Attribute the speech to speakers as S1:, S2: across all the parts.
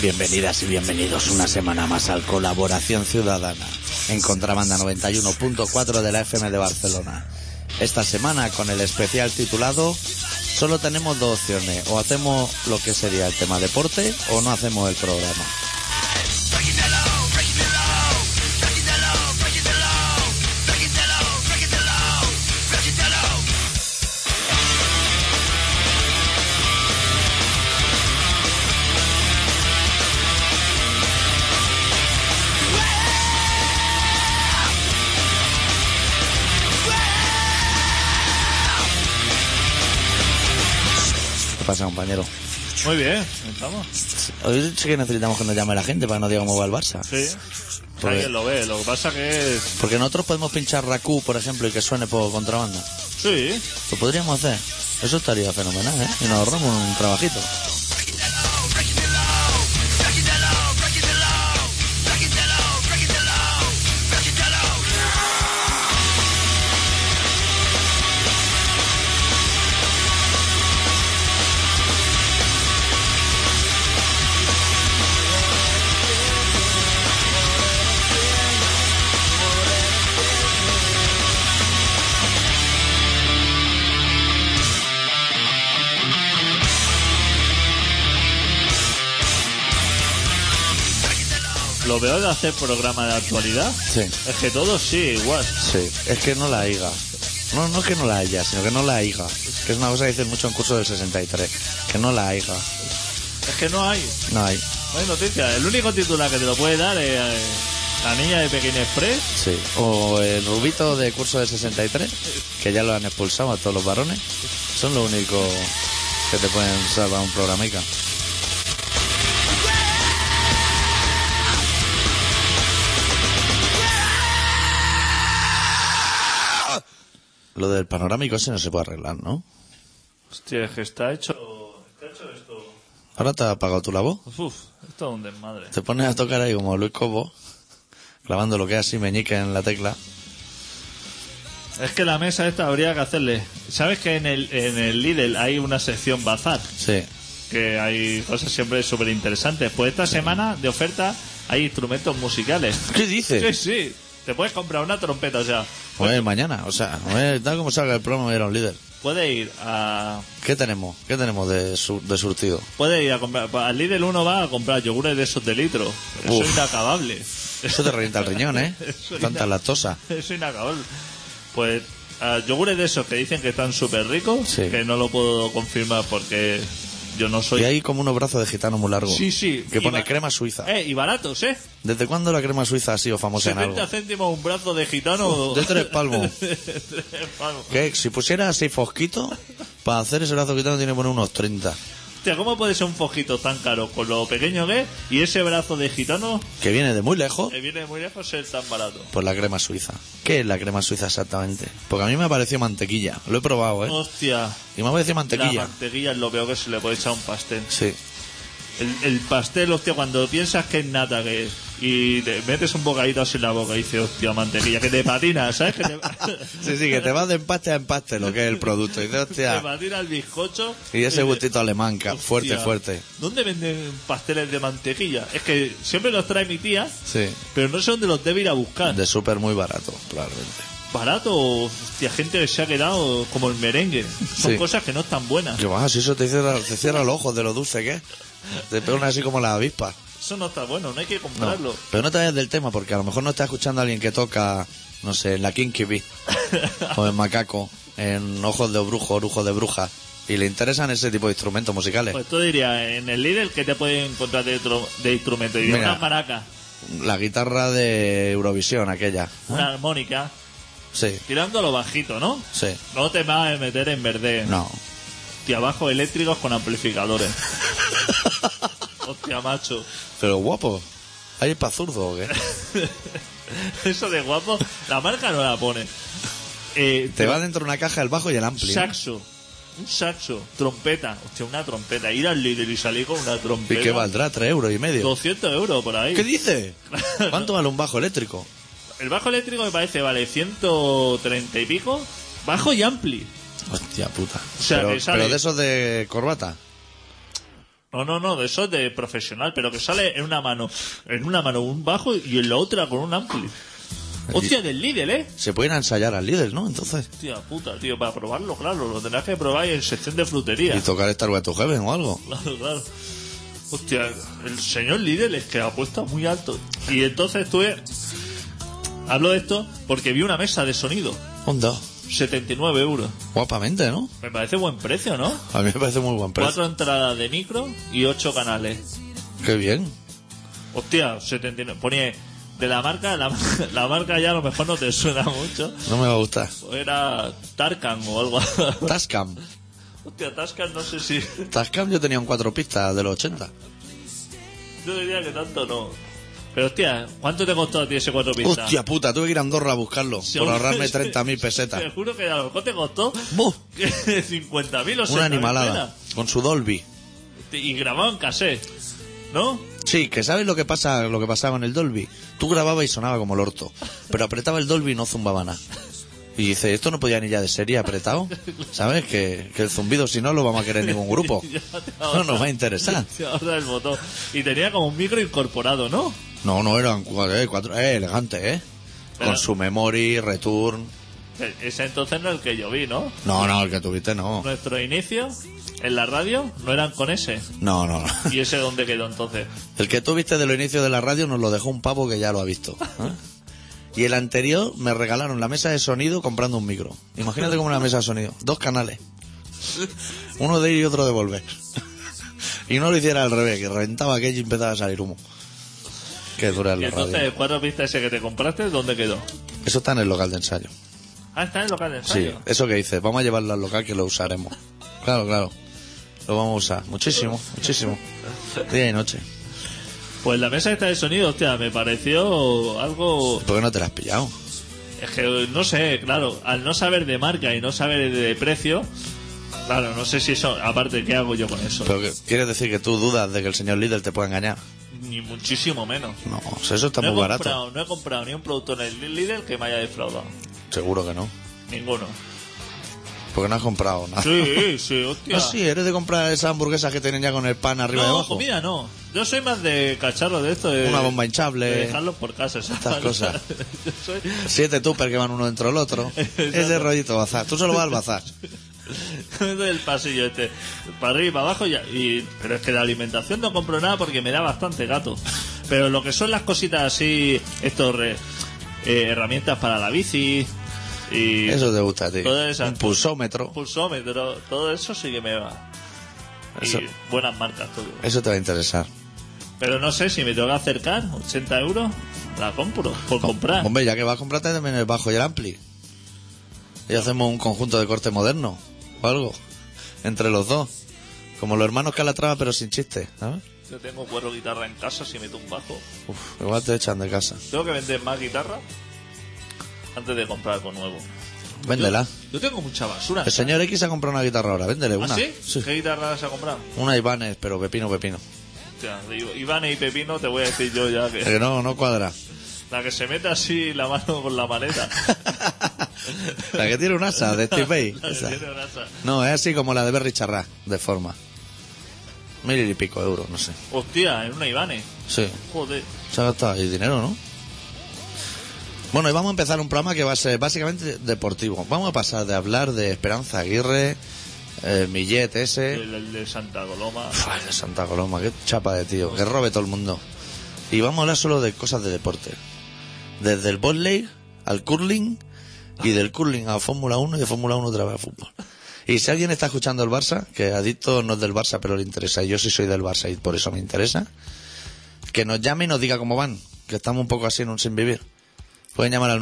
S1: Bienvenidas y bienvenidos una semana más al Colaboración Ciudadana en Contrabanda 91.4 de la FM de Barcelona. Esta semana con el especial titulado Solo tenemos dos opciones, o hacemos lo que sería el tema deporte o no hacemos el programa. ¿Qué pasa, compañero?
S2: Muy bien, estamos.
S1: Hoy sí que necesitamos que nos llame la gente para que nos diga cómo va el Barça.
S2: Sí.
S1: Muy bien.
S2: Alguien lo ve, lo que pasa que es...
S1: Porque nosotros podemos pinchar Raku, por ejemplo, y que suene por contrabanda.
S2: Sí,
S1: Lo podríamos hacer. Eso estaría fenomenal, ¿eh? Y nos ahorramos un trabajito.
S2: lo peor de hacer programa de actualidad
S1: Sí.
S2: es que todos sí, igual.
S1: Sí, es que no la haiga. No, no es que no la haya, sino que no la haiga. Que es una cosa que dicen mucho en curso del 63. Que no la haiga.
S2: Es que no hay,
S1: No hay.
S2: no hay noticias. El único titular que te lo puede dar es eh, la niña de Pekín Express.
S1: Sí. O el rubito de curso del 63, que ya lo han expulsado a todos los varones. Son los únicos que te pueden salvar un programica. Lo del panorámico ese no se puede arreglar, ¿no?
S2: Hostia, es que está hecho... Está hecho esto...
S1: Ahora te ha apagado tu la voz.
S2: Uf, esto es un desmadre.
S1: Te pones a tocar ahí como Luis Cobo, clavando lo que es así, meñique en la tecla.
S2: Es que la mesa esta habría que hacerle... ¿Sabes que en el, en el Lidl hay una sección bazar?
S1: Sí.
S2: que hay cosas siempre súper interesantes. Pues esta semana de oferta hay instrumentos musicales.
S1: ¿Qué dices?
S2: Sí, sí. Te puedes comprar una trompeta, o sea,
S1: Joder, Pues mañana, o sea, joder, tal como salga el programa, era un líder.
S2: puedes ir a
S1: ¿Qué tenemos? ¿Qué tenemos de, sur- de surtido?
S2: puedes ir a comprar al Lidl uno va a comprar yogures de esos de litro. Eso
S1: Uf.
S2: es inacabable.
S1: Eso te revienta el riñón, ¿eh?
S2: Eso
S1: Tanta
S2: ya.
S1: lactosa.
S2: Eso es inacabable. Pues a yogures de esos que dicen que están súper ricos,
S1: Sí.
S2: que no lo puedo confirmar porque yo no soy
S1: Y hay como unos brazos de gitano muy largos.
S2: Sí, sí.
S1: Que
S2: Y
S1: pone
S2: ba-
S1: crema suiza.
S2: Eh, y baratos, ¿eh?
S1: ¿Desde cuándo la crema suiza ha sido famosa en
S2: 70
S1: algo?
S2: céntimos un brazo de gitano.
S1: De tres palmos.
S2: Tres palmos.
S1: Que si pusiera así fosquito, para hacer ese brazo gitano tiene que poner unos 30.
S2: Hostia, ¿cómo puede ser un fojito tan caro con lo pequeño que es y ese brazo de gitano
S1: Que viene de muy lejos,
S2: que viene muy lejos ser tan barato?
S1: pues la crema suiza. ¿Qué es la crema suiza exactamente? Porque a mí me ha parecido mantequilla. Lo he probado, ¿eh?
S2: Hostia,
S1: Y me ha parecido
S2: la
S1: mantequilla.
S2: mantequilla es lo peor que se le puede echar a un pastel.
S1: Sí.
S2: El, el pastel, hostia, cuando piensas que es nata que es, y te metes un bocadito así en la boca y dices, hostia, mantequilla, que te patina, ¿sabes? Que te,
S1: Sí, sí, que te vas de empaste a empaste lo que es el producto. Y dices,
S2: te
S1: hostia.
S2: patina el bizcocho.
S1: Y ese
S2: te-
S1: gustito alemán, ca- fuerte,
S2: Hostia,
S1: fuerte.
S2: ¿Dónde venden pasteles de mantequilla? Es que siempre los trae mi tía,
S1: Sí.
S2: pero no sé dónde los debe ir a buscar.
S1: De súper muy barato, probablemente.
S2: Barato, o, hostia, gente que se ha quedado como el merengue. Son
S1: Sí.
S2: cosas que no están buenas.
S1: Que vas, ah, si eso te cierra, te cierra los ojos de lo dulce que es. Te pone así como las avispas.
S2: Eso no está bueno, no hay que
S1: No.
S2: comprarlo.
S1: Pero no te vayas del tema, porque a lo mejor no está escuchando a alguien que toca, no sé, en la Kinky Beat, o en Macaco, en Ojos de Brujo, Orujos de Bruja, y le interesan ese tipo de instrumentos musicales.
S2: Pues tú dirías, en el líder que te pueden encontrar de, tro- de instrumento. Y de
S1: Mira.
S2: una maraca,
S1: La guitarra de Eurovisión, aquella.
S2: una armónica,
S1: Sí,
S2: tirándolo bajito, ¿no?
S1: sí.
S2: No te vas a meter en verde.
S1: No.
S2: Hostia, abajo eléctricos con amplificadores. Hostia, macho.
S1: Pero guapo. ¿Hay es pa' zurdo o qué?
S2: Eso de guapo, la marca no la pone. Eh,
S1: Te va dentro una caja el bajo y el amplio.
S2: Saxo. Un saxo. Trompeta. Hostia, una trompeta. Ir al líder y salir con una
S1: ¿Y
S2: trompeta.
S1: qué valdrá? ¿Tres euros y medio?
S2: 200 euros por ahí.
S1: ¿Qué dices? ¿Cuánto vale un bajo eléctrico?
S2: El bajo eléctrico me parece vale 130 y pico. Bajo y ampli.
S1: Hostia puta.
S2: O sea,
S1: pero,
S2: que sale-
S1: pero de esos de corbata.
S2: No, no, no, de eso es de profesional, pero que sale en una mano, en una mano un bajo y en la otra con un ampli. Hostia, del líder, ¿eh?
S1: Se pueden ensayar al líder, ¿no? Entonces.
S2: Hostia puta, tío, para probarlo, claro, lo tendrás que probar en sección de frutería.
S1: Y tocar Star Wars to Heaven o algo.
S2: Claro, claro. Hostia, el señor líder es que apuesta muy alto. Y entonces estuve. Hablo de esto porque vi una mesa de sonido,
S1: Onda.
S2: 79 euros.
S1: Guapamente, ¿no?
S2: Me parece buen precio, ¿no?
S1: A mí me parece muy buen precio.
S2: Cuatro entradas de micro y ocho canales.
S1: Qué bien.
S2: Hostia, 79. Ponía de la marca, la, la marca ya a lo mejor no te suena mucho.
S1: No me va a gustar.
S2: Era Tarkan o algo.
S1: Tascam.
S2: Hostia, Tarkan no sé si.
S1: Tascam yo tenía un cuatro pistas de los 80.
S2: Yo diría que tanto no. Pero hostia, ¿cuánto te costó a ti ese cuatro pistas?
S1: Hostia puta, tuve que ir a Andorra a buscarlo por
S2: Seguro-
S1: ahorrarme 30.000 pesetas.
S2: Te juro que a lo mejor te costó
S1: ¡Buf!
S2: 50.000 o 60.000
S1: Una animalada.
S2: pelas.
S1: Con su Dolby.
S2: Y grabado en cassette, ¿no?
S1: Sí, que sabes lo que pasa, lo que pasaba en el Dolby. Tú grababas y sonaba como el orto, pero apretaba el Dolby y no zumbaba nada. Y dice, esto no podía ni ya de serie apretado. ¿Sabes? Que, que el zumbido si no lo vamos a querer ningún grupo. No nos va a interesar.
S2: Se ahorra el botón. Y tenía como un micro incorporado, ¿no?
S1: No, no eran cuatro, eh, cuatro- eh, elegante, ¿eh? Con su memory, return.
S2: E- Ese entonces no es el que yo vi, ¿no?
S1: No, no, el que tuviste no.
S2: Nuestro inicio en la radio no eran con ese.
S1: No, no.
S2: ¿Y ese dónde quedó entonces?
S1: El que tuviste de los inicios de la radio nos lo dejó un pavo que ya lo ha visto. ¿eh? Y el anterior me regalaron la mesa de sonido comprando un micro. Imagínate como una mesa de sonido. Dos canales. Uno de ir y otro de volver. Y no lo hiciera al revés, que reventaba aquello y empezaba a salir humo. Qué dura es
S2: Y
S1: la
S2: entonces
S1: radio.
S2: el cuatro pistas ese que te compraste, ¿dónde quedó?
S1: Eso está en el local de ensayo.
S2: Ah, está en el local de
S1: Sí,
S2: ensayo.
S1: eso que dices, vamos a llevarlo al local que lo usaremos. Claro, claro. Lo vamos a usar. Muchísimo, muchísimo. Día y noche.
S2: Pues la mesa esta de sonido, hostia, me pareció algo...
S1: ¿Por qué no te la has pillado?
S2: Es que no sé, claro, al no saber de marca y no saber de precio, claro, no sé si eso, aparte, ¿qué hago yo con eso?
S1: Pero que, ¿Quieres decir que tú dudas de que el señor líder te pueda engañar?
S2: Ni muchísimo menos.
S1: No, o sea, eso está
S2: no, he
S1: muy barato.
S2: comprado, no he comprado ni un producto en el líder que me haya defraudado.
S1: Seguro que no.
S2: Ninguno.
S1: Porque no has comprado nada.
S2: Sí, sí, hostia.
S1: No, Ah, sí, eres de comprar esas hamburguesas que tienen ya con el pan arriba y
S2: No,
S1: abajo.
S2: comida no. Yo soy más de cacharro de esto. De,
S1: Una bomba hinchable.
S2: De dejarlos por casa,
S1: Estas cosas.
S2: Yo soy-
S1: Siete tupper que van uno dentro del otro. Ese rollito bazar. Tú solo vas al bazar.
S2: del pasillo este. Para arriba y para abajo. Ya. Y, pero es que de alimentación no compro nada porque me da bastante gato. Pero lo que son las cositas así, estos re- eh, herramientas para la bici y
S1: Eso te gusta a ti.
S2: Todas esas-
S1: Un pulsómetro.
S2: pulsómetro, todo eso sí que me va.
S1: Eso,
S2: Y buenas marcas todo.
S1: eso te va a interesar.
S2: Pero no sé si me tengo que acercar, 80 euros, la compro, por comprar.
S1: Hombre, ya que vas a comprarte también el bajo y el ampli. Y hacemos un conjunto de corte moderno. O algo. Entre los dos. Como los hermanos Calatrava, pero sin chiste. ¿Sabes?
S2: Yo tengo cuatro guitarras en casa si meto un bajo.
S1: Uf, igual te echan de casa.
S2: Tengo que vender más guitarras antes de comprar algo nuevo.
S1: Véndela.
S2: Yo tengo mucha basura.
S1: El señor X ha comprado una guitarra ahora, véndele
S2: ¿Ah,
S1: una.
S2: sí? ¿Qué guitarra se ha comprado?
S1: Una Ibanez, pero pepino, pepino.
S2: Hostia, de I- Iván y Pepino te voy a decir yo ya
S1: Es
S2: que
S1: que no, no cuadra.
S2: la que se mete así la mano con la maleta.
S1: La que tiene un asa de Steve Bay.
S2: La que
S1: esa.
S2: tiene grasa.
S1: No, es así como la de Berry Charras, de forma. Mil y pico euros, no sé.
S2: Hostia, en una Ivane.
S1: Sí,
S2: Joder.
S1: se ha gastado ahí dinero, ¿no? Bueno, y vamos a empezar un programa que va a ser básicamente deportivo. Vamos a pasar de hablar de Esperanza Aguirre, eh, Millet ese,
S2: El, el de Santa Coloma.
S1: Uf, el de Santa Coloma, qué chapa de tío, que robe todo el mundo. Y vamos a hablar solo de cosas de deporte. Desde el volley al curling y del curling a Fórmula 1 y de Fórmula 1 otra vez a fútbol. Y si alguien está escuchando el Barça, que adicto no es del Barça, pero le interesa, y yo sí soy del Barça y por eso me interesa, que nos llame y nos diga cómo van, que estamos un poco así en un sin vivir. Pueden llamar al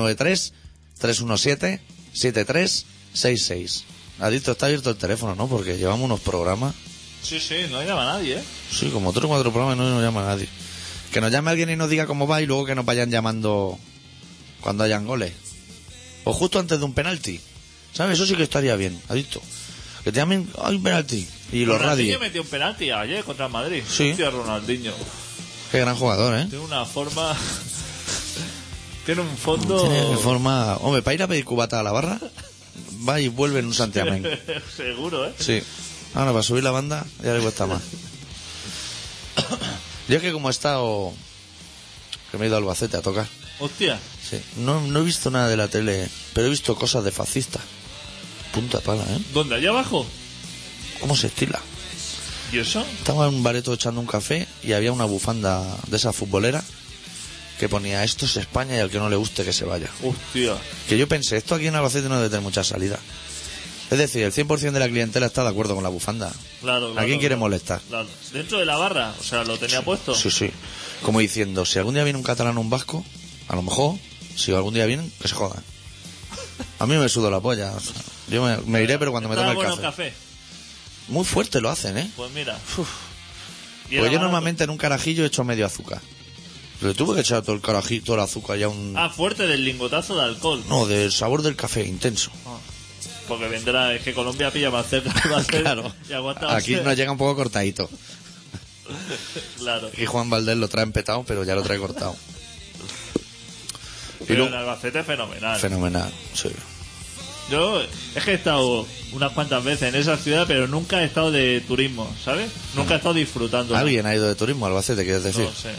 S1: 93-317-7366. Adicto, está abierto el teléfono, ¿no? Porque llevamos unos programas.
S2: Sí, sí, no llama a nadie, ¿eh?
S1: Sí, como tres o cuatro programas no nos llama nadie. Que nos llame alguien y nos diga cómo va y luego que nos vayan llamando cuando hayan goles. O justo antes de un penalti. ¿Sabes? Eso sí que estaría bien, adicto. Que te llamen, hay un penalti. Y los
S2: Ronaldinho
S1: radios.
S2: metió un penalti ayer contra el Madrid.
S1: Sí.
S2: Hostia, Ronaldinho.
S1: Qué gran jugador, ¿eh?
S2: Tiene una forma. Tiene un fondo.
S1: Tiene de forma... Hombre, para ir a pedir cubata a la barra, va y vuelve en un santiamén.
S2: Seguro, ¿eh?
S1: Sí. Ahora, para subir la banda, ya le cuesta más. Yo es que como he estado... Que me he ido a Albacete a tocar.
S2: Hostia.
S1: Sí. No, no he visto nada de la tele, pero he visto cosas de fascistas. Punta pala, ¿eh?
S2: ¿Dónde? ¿Allá abajo?
S1: ¿Cómo se estila?
S2: ¿Y eso?
S1: Estaba en un bareto echando un café y había una bufanda de esa futbolera que ponía esto es España y al que no le guste que se vaya.
S2: Hostia.
S1: Que yo pensé, esto aquí en Albacete no debe tener mucha salida. Es decir, el 100% de la clientela está de acuerdo con la bufanda.
S2: Claro,
S1: ¿A
S2: claro,
S1: quién quiere
S2: claro.
S1: molestar?
S2: Claro. Dentro de la barra, o sea, lo tenía puesto.
S1: Sí, sí. Como diciendo, si algún día viene un catalán o un vasco, a lo mejor, si algún día vienen, que se jodan. A mí me sudo la polla. o sea, yo me, me iré, pero cuando me tome
S2: Estaba
S1: el
S2: bueno
S1: café.
S2: el café.
S1: Muy fuerte lo hacen, ¿eh?
S2: Pues mira. Y era
S1: Pues yo
S2: barato.
S1: normalmente en un carajillo he hecho medio azúcar. Le tuve que echar todo el carajillo, todo el azúcar ya un...
S2: Ah, fuerte del lingotazo de alcohol.
S1: No, del sabor del café, intenso.
S2: Porque vendrá, es que Colombia pilla más cerca. Más cerca
S1: Claro.
S2: Y aguanta
S1: Aquí
S2: más
S1: nos llega un poco cortadito.
S2: Claro.
S1: Y Juan Valdés lo trae empetado, pero ya lo trae cortado. Y
S2: Pero
S1: luego-
S2: el Albacete es fenomenal.
S1: Fenomenal, sí.
S2: Yo es que he estado unas cuantas veces en esa ciudad, pero nunca he estado de turismo, ¿sabes? Nunca he estado disfrutando.
S1: ¿Alguien ha ido de turismo a Albacete, quieres
S2: No
S1: decir?
S2: sé.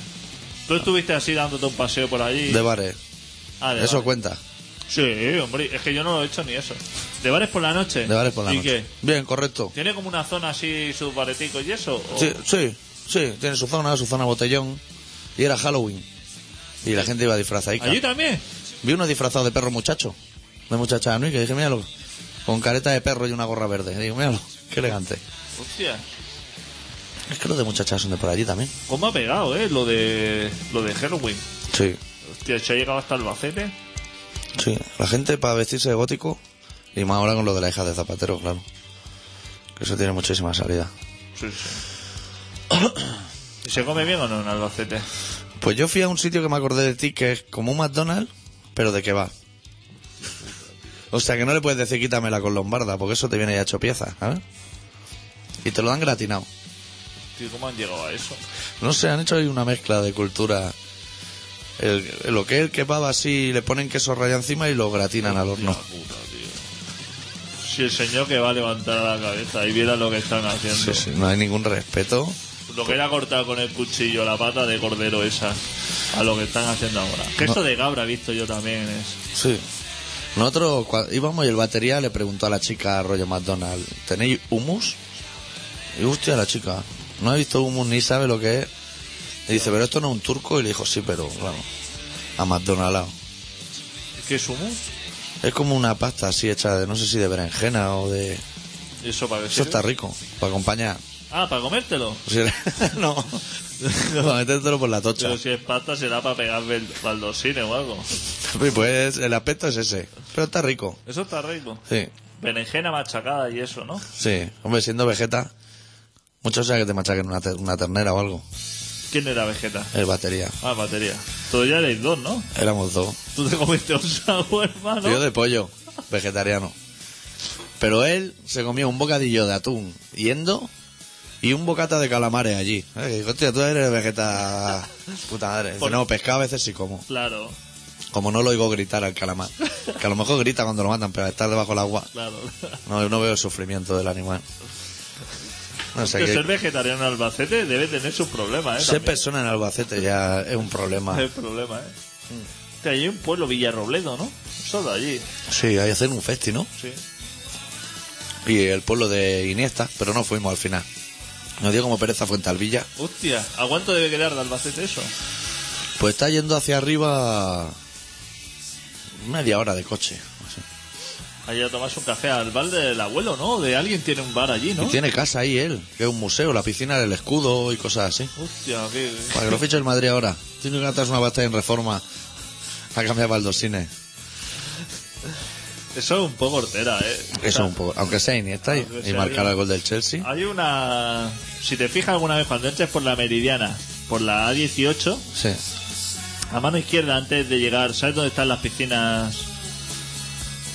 S2: Tú estuviste así dándote un paseo por allí.
S1: De bares.
S2: Ah, de
S1: Eso
S2: bares.
S1: cuenta.
S2: Sí, hombre, es que yo no lo he hecho ni eso. De bares por la noche.
S1: De bares por la
S2: ¿Y
S1: noche.
S2: qué?
S1: Bien, correcto.
S2: ¿Tiene como una zona así, sus bareticos y eso? ¿O-
S1: Sí, sí, sí, tiene su zona, su zona botellón. Y era Halloween. Y la gente iba disfrazada.
S2: ¿Allí también?
S1: Vi uno disfrazado de perro muchacho, de muchacha ¿no? y que dije, míralo, con careta de perro y una gorra verde. Y digo, míralo, qué elegante.
S2: Hostia,
S1: Es que los de muchachas son de por allí también.
S2: cómo ha pegado, ¿eh? Lo de, lo de Halloween.
S1: Sí,
S2: Hostia, se ha llegado hasta Albacete.
S1: sí. La gente para vestirse de gótico, y más ahora con lo de la hija de Zapatero, claro. Que eso tiene muchísima salida.
S2: Sí, sí. ¿Y se come bien o no en Albacete?
S1: Pues yo fui a un sitio que me acordé de ti, que es como un McDonald's, pero de va O sea que no le puedes decir quítamela con lombarda, porque eso te viene ya hecho pieza, ¿sabes? Y te lo dan gratinado.
S2: Tío, ¿cómo han llegado a eso?
S1: No sé, han hecho ahí una mezcla de cultura. El, lo que es el kebab así, le ponen queso raya encima y lo gratinan al horno.
S2: Hostia puta, tío. Si el señor que va a levantar la cabeza y viera lo que están haciendo.
S1: Sí, sí, no hay ningún respeto.
S2: Lo que era cortar con el cuchillo la pata de cordero esa. A lo que están haciendo ahora. Que eso de Gabra he visto yo también. Es...
S1: Sí. Nosotros cua- íbamos y el batería le preguntó a la chica rollo McDonald's, ¿tenéis hummus? Y hostia, la chica, no ha visto hummus ni sabe lo que es. Y dice, pero esto no es un turco. Y le dijo, sí, pero claro, a McDonald's.
S2: ¿Qué sumo?
S1: Es como una pasta así hecha de, no sé si de berenjena o de...
S2: ¿Y eso para qué
S1: Eso
S2: sirve?
S1: está rico, para acompañar.
S2: Ah, para comértelo.
S1: Sí, no, para metértelo por la tocha.
S2: Pero si es pasta será para pegar bel- baldosines o algo.
S1: Sí, Pues el aspecto es ese. Pero está rico.
S2: Eso está rico.
S1: Sí,
S2: Berenjena machacada y eso, ¿no?
S1: sí. Hombre, siendo vegeta, mucho sea que te machaquen una, ter- una ternera o algo.
S2: ¿Quién era Vegeta?
S1: El batería.
S2: Ah, batería. Tú ya eres dos, ¿no?
S1: Éramos dos.
S2: Tú te comiste un sabor, hermano.
S1: Yo de pollo, vegetariano. Pero él se comió un bocadillo de atún yendo y un bocata de calamares allí. Eh, que digo, hostia, tú eres vegeta... Puta madre. Dice,
S2: Por-
S1: no, pescado a veces sí como.
S2: Claro,
S1: Como no lo oigo gritar al calamar. Que a lo mejor grita cuando lo matan, pero al estar debajo del agua...
S2: claro.
S1: No, no veo el sufrimiento del animal. No sé,
S2: que
S1: que
S2: ser vegetariano en Albacete debe tener sus problemas, ¿eh?
S1: ser
S2: También.
S1: persona en Albacete ya es un problema.
S2: Es el problema, ¿eh? Que hay un pueblo, Villarrobledo, ¿no? Solo allí,
S1: Sí, hay que hacer un festi, ¿no?
S2: sí.
S1: Y el pueblo de Iniesta, pero no fuimos al final. Nos dio como pereza Fuentalvilla.
S2: Hostia, ¿a cuánto debe quedar de Albacete eso?
S1: Pues está yendo hacia arriba media hora de coche. así.
S2: Allá tomas un café al bar del abuelo, ¿no? De alguien tiene un bar allí, ¿no?
S1: Y tiene casa ahí él, que es un museo, la piscina del escudo y cosas así.
S2: Hostia, qué...
S1: Para que lo fiche el Madrid ahora. Tiene que gastarse una pasta en reforma a cambiar baldosines.
S2: Eso es un poco hortera, ¿eh? O
S1: Eso
S2: sea,
S1: un poco, aunque sea Iniesta y,
S2: Aunque
S1: y
S2: sea
S1: marcar
S2: bien. Ah.
S1: el gol del Chelsea.
S2: Hay una... Si te fijas alguna vez cuando entres por la Meridiana, por la A18,
S1: Sí.
S2: a mano izquierda antes de llegar, ¿sabes dónde están las piscinas?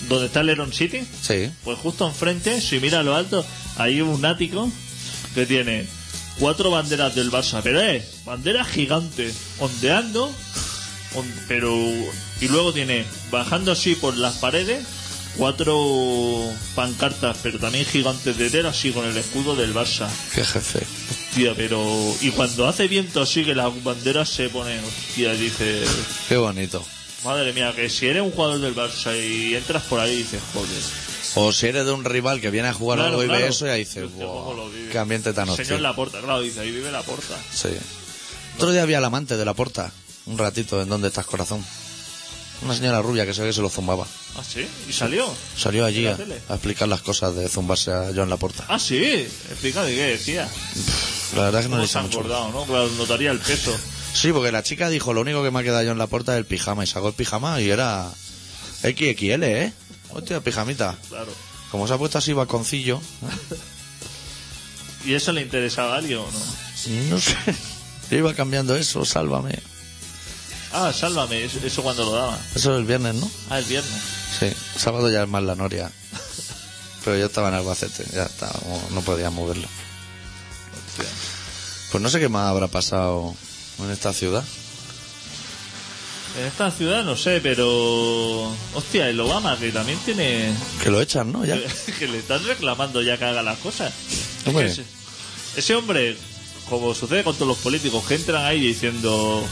S2: ¿Dónde está el Heron City?
S1: Sí.
S2: Pues justo enfrente, si mira a lo alto, hay un ático que tiene cuatro banderas del Barça, pero es bandera gigante, ondeando, on- pero y luego tiene bajando así por las paredes cuatro pancartas, pero también gigantes de tela así con el escudo del Barça.
S1: Qué jefe.
S2: Hostia, pero. Y cuando hace viento así que las banderas se ponen, hostia, dice.
S1: Qué bonito.
S2: Madre mía, que si eres un jugador del Barça y entras por ahí dices, joder.
S1: O si eres de un rival que viene a jugar
S2: Claro,
S1: algo y
S2: claro.
S1: ve eso y ahí dices,
S2: Hostia, ¿cómo lo
S1: wow,
S2: vive?
S1: qué ambiente tan
S2: El
S1: hostil.
S2: Señor Laporta, claro, dice, ahí vive Laporta.
S1: Sí. Otro día había el amante de la porta, un ratito, ¿en dónde estás, corazón? Una señora rubia que se ve que se lo zumbaba.
S2: Ah, sí, y salió.
S1: Salió allí
S2: ¿En
S1: a,
S2: la tele?
S1: a explicar las cosas de zumbarse a Joan Laporta.
S2: Ah, sí, explica de qué decía.
S1: La verdad es que no
S2: Cómo
S1: le
S2: se
S1: hizo
S2: ha
S1: mucho.
S2: engordado, ¿no? Claro, notaría el peso.
S1: Sí, porque la chica dijo, lo único que me ha quedado yo en la puerta es el pijama. Y sacó el pijama y era XXL, ¿eh? Hostia, pijamita.
S2: Claro.
S1: Como se ha puesto así vaconcillo,
S2: ¿Y eso le interesaba a alguien o no?
S1: no sé. Yo iba cambiando eso, sálvame.
S2: Ah, sálvame, eso, eso cuando lo daban.
S1: Eso es el viernes, ¿no?
S2: Ah, el viernes.
S1: Sí, sábado ya es más la noria. Pero yo estaba en Albacete, ya estaba, no- no podía moverlo.
S2: Hostia.
S1: Pues no sé qué más habrá pasado en esta ciudad.
S2: En esta ciudad no sé, pero. Hostia, el Obama que también tiene.
S1: Que lo echan, ¿no? Ya.
S2: que le están reclamando ya que haga las cosas.
S1: Hombre.
S2: Ese, ese hombre, como sucede con todos los políticos que entran ahí diciendo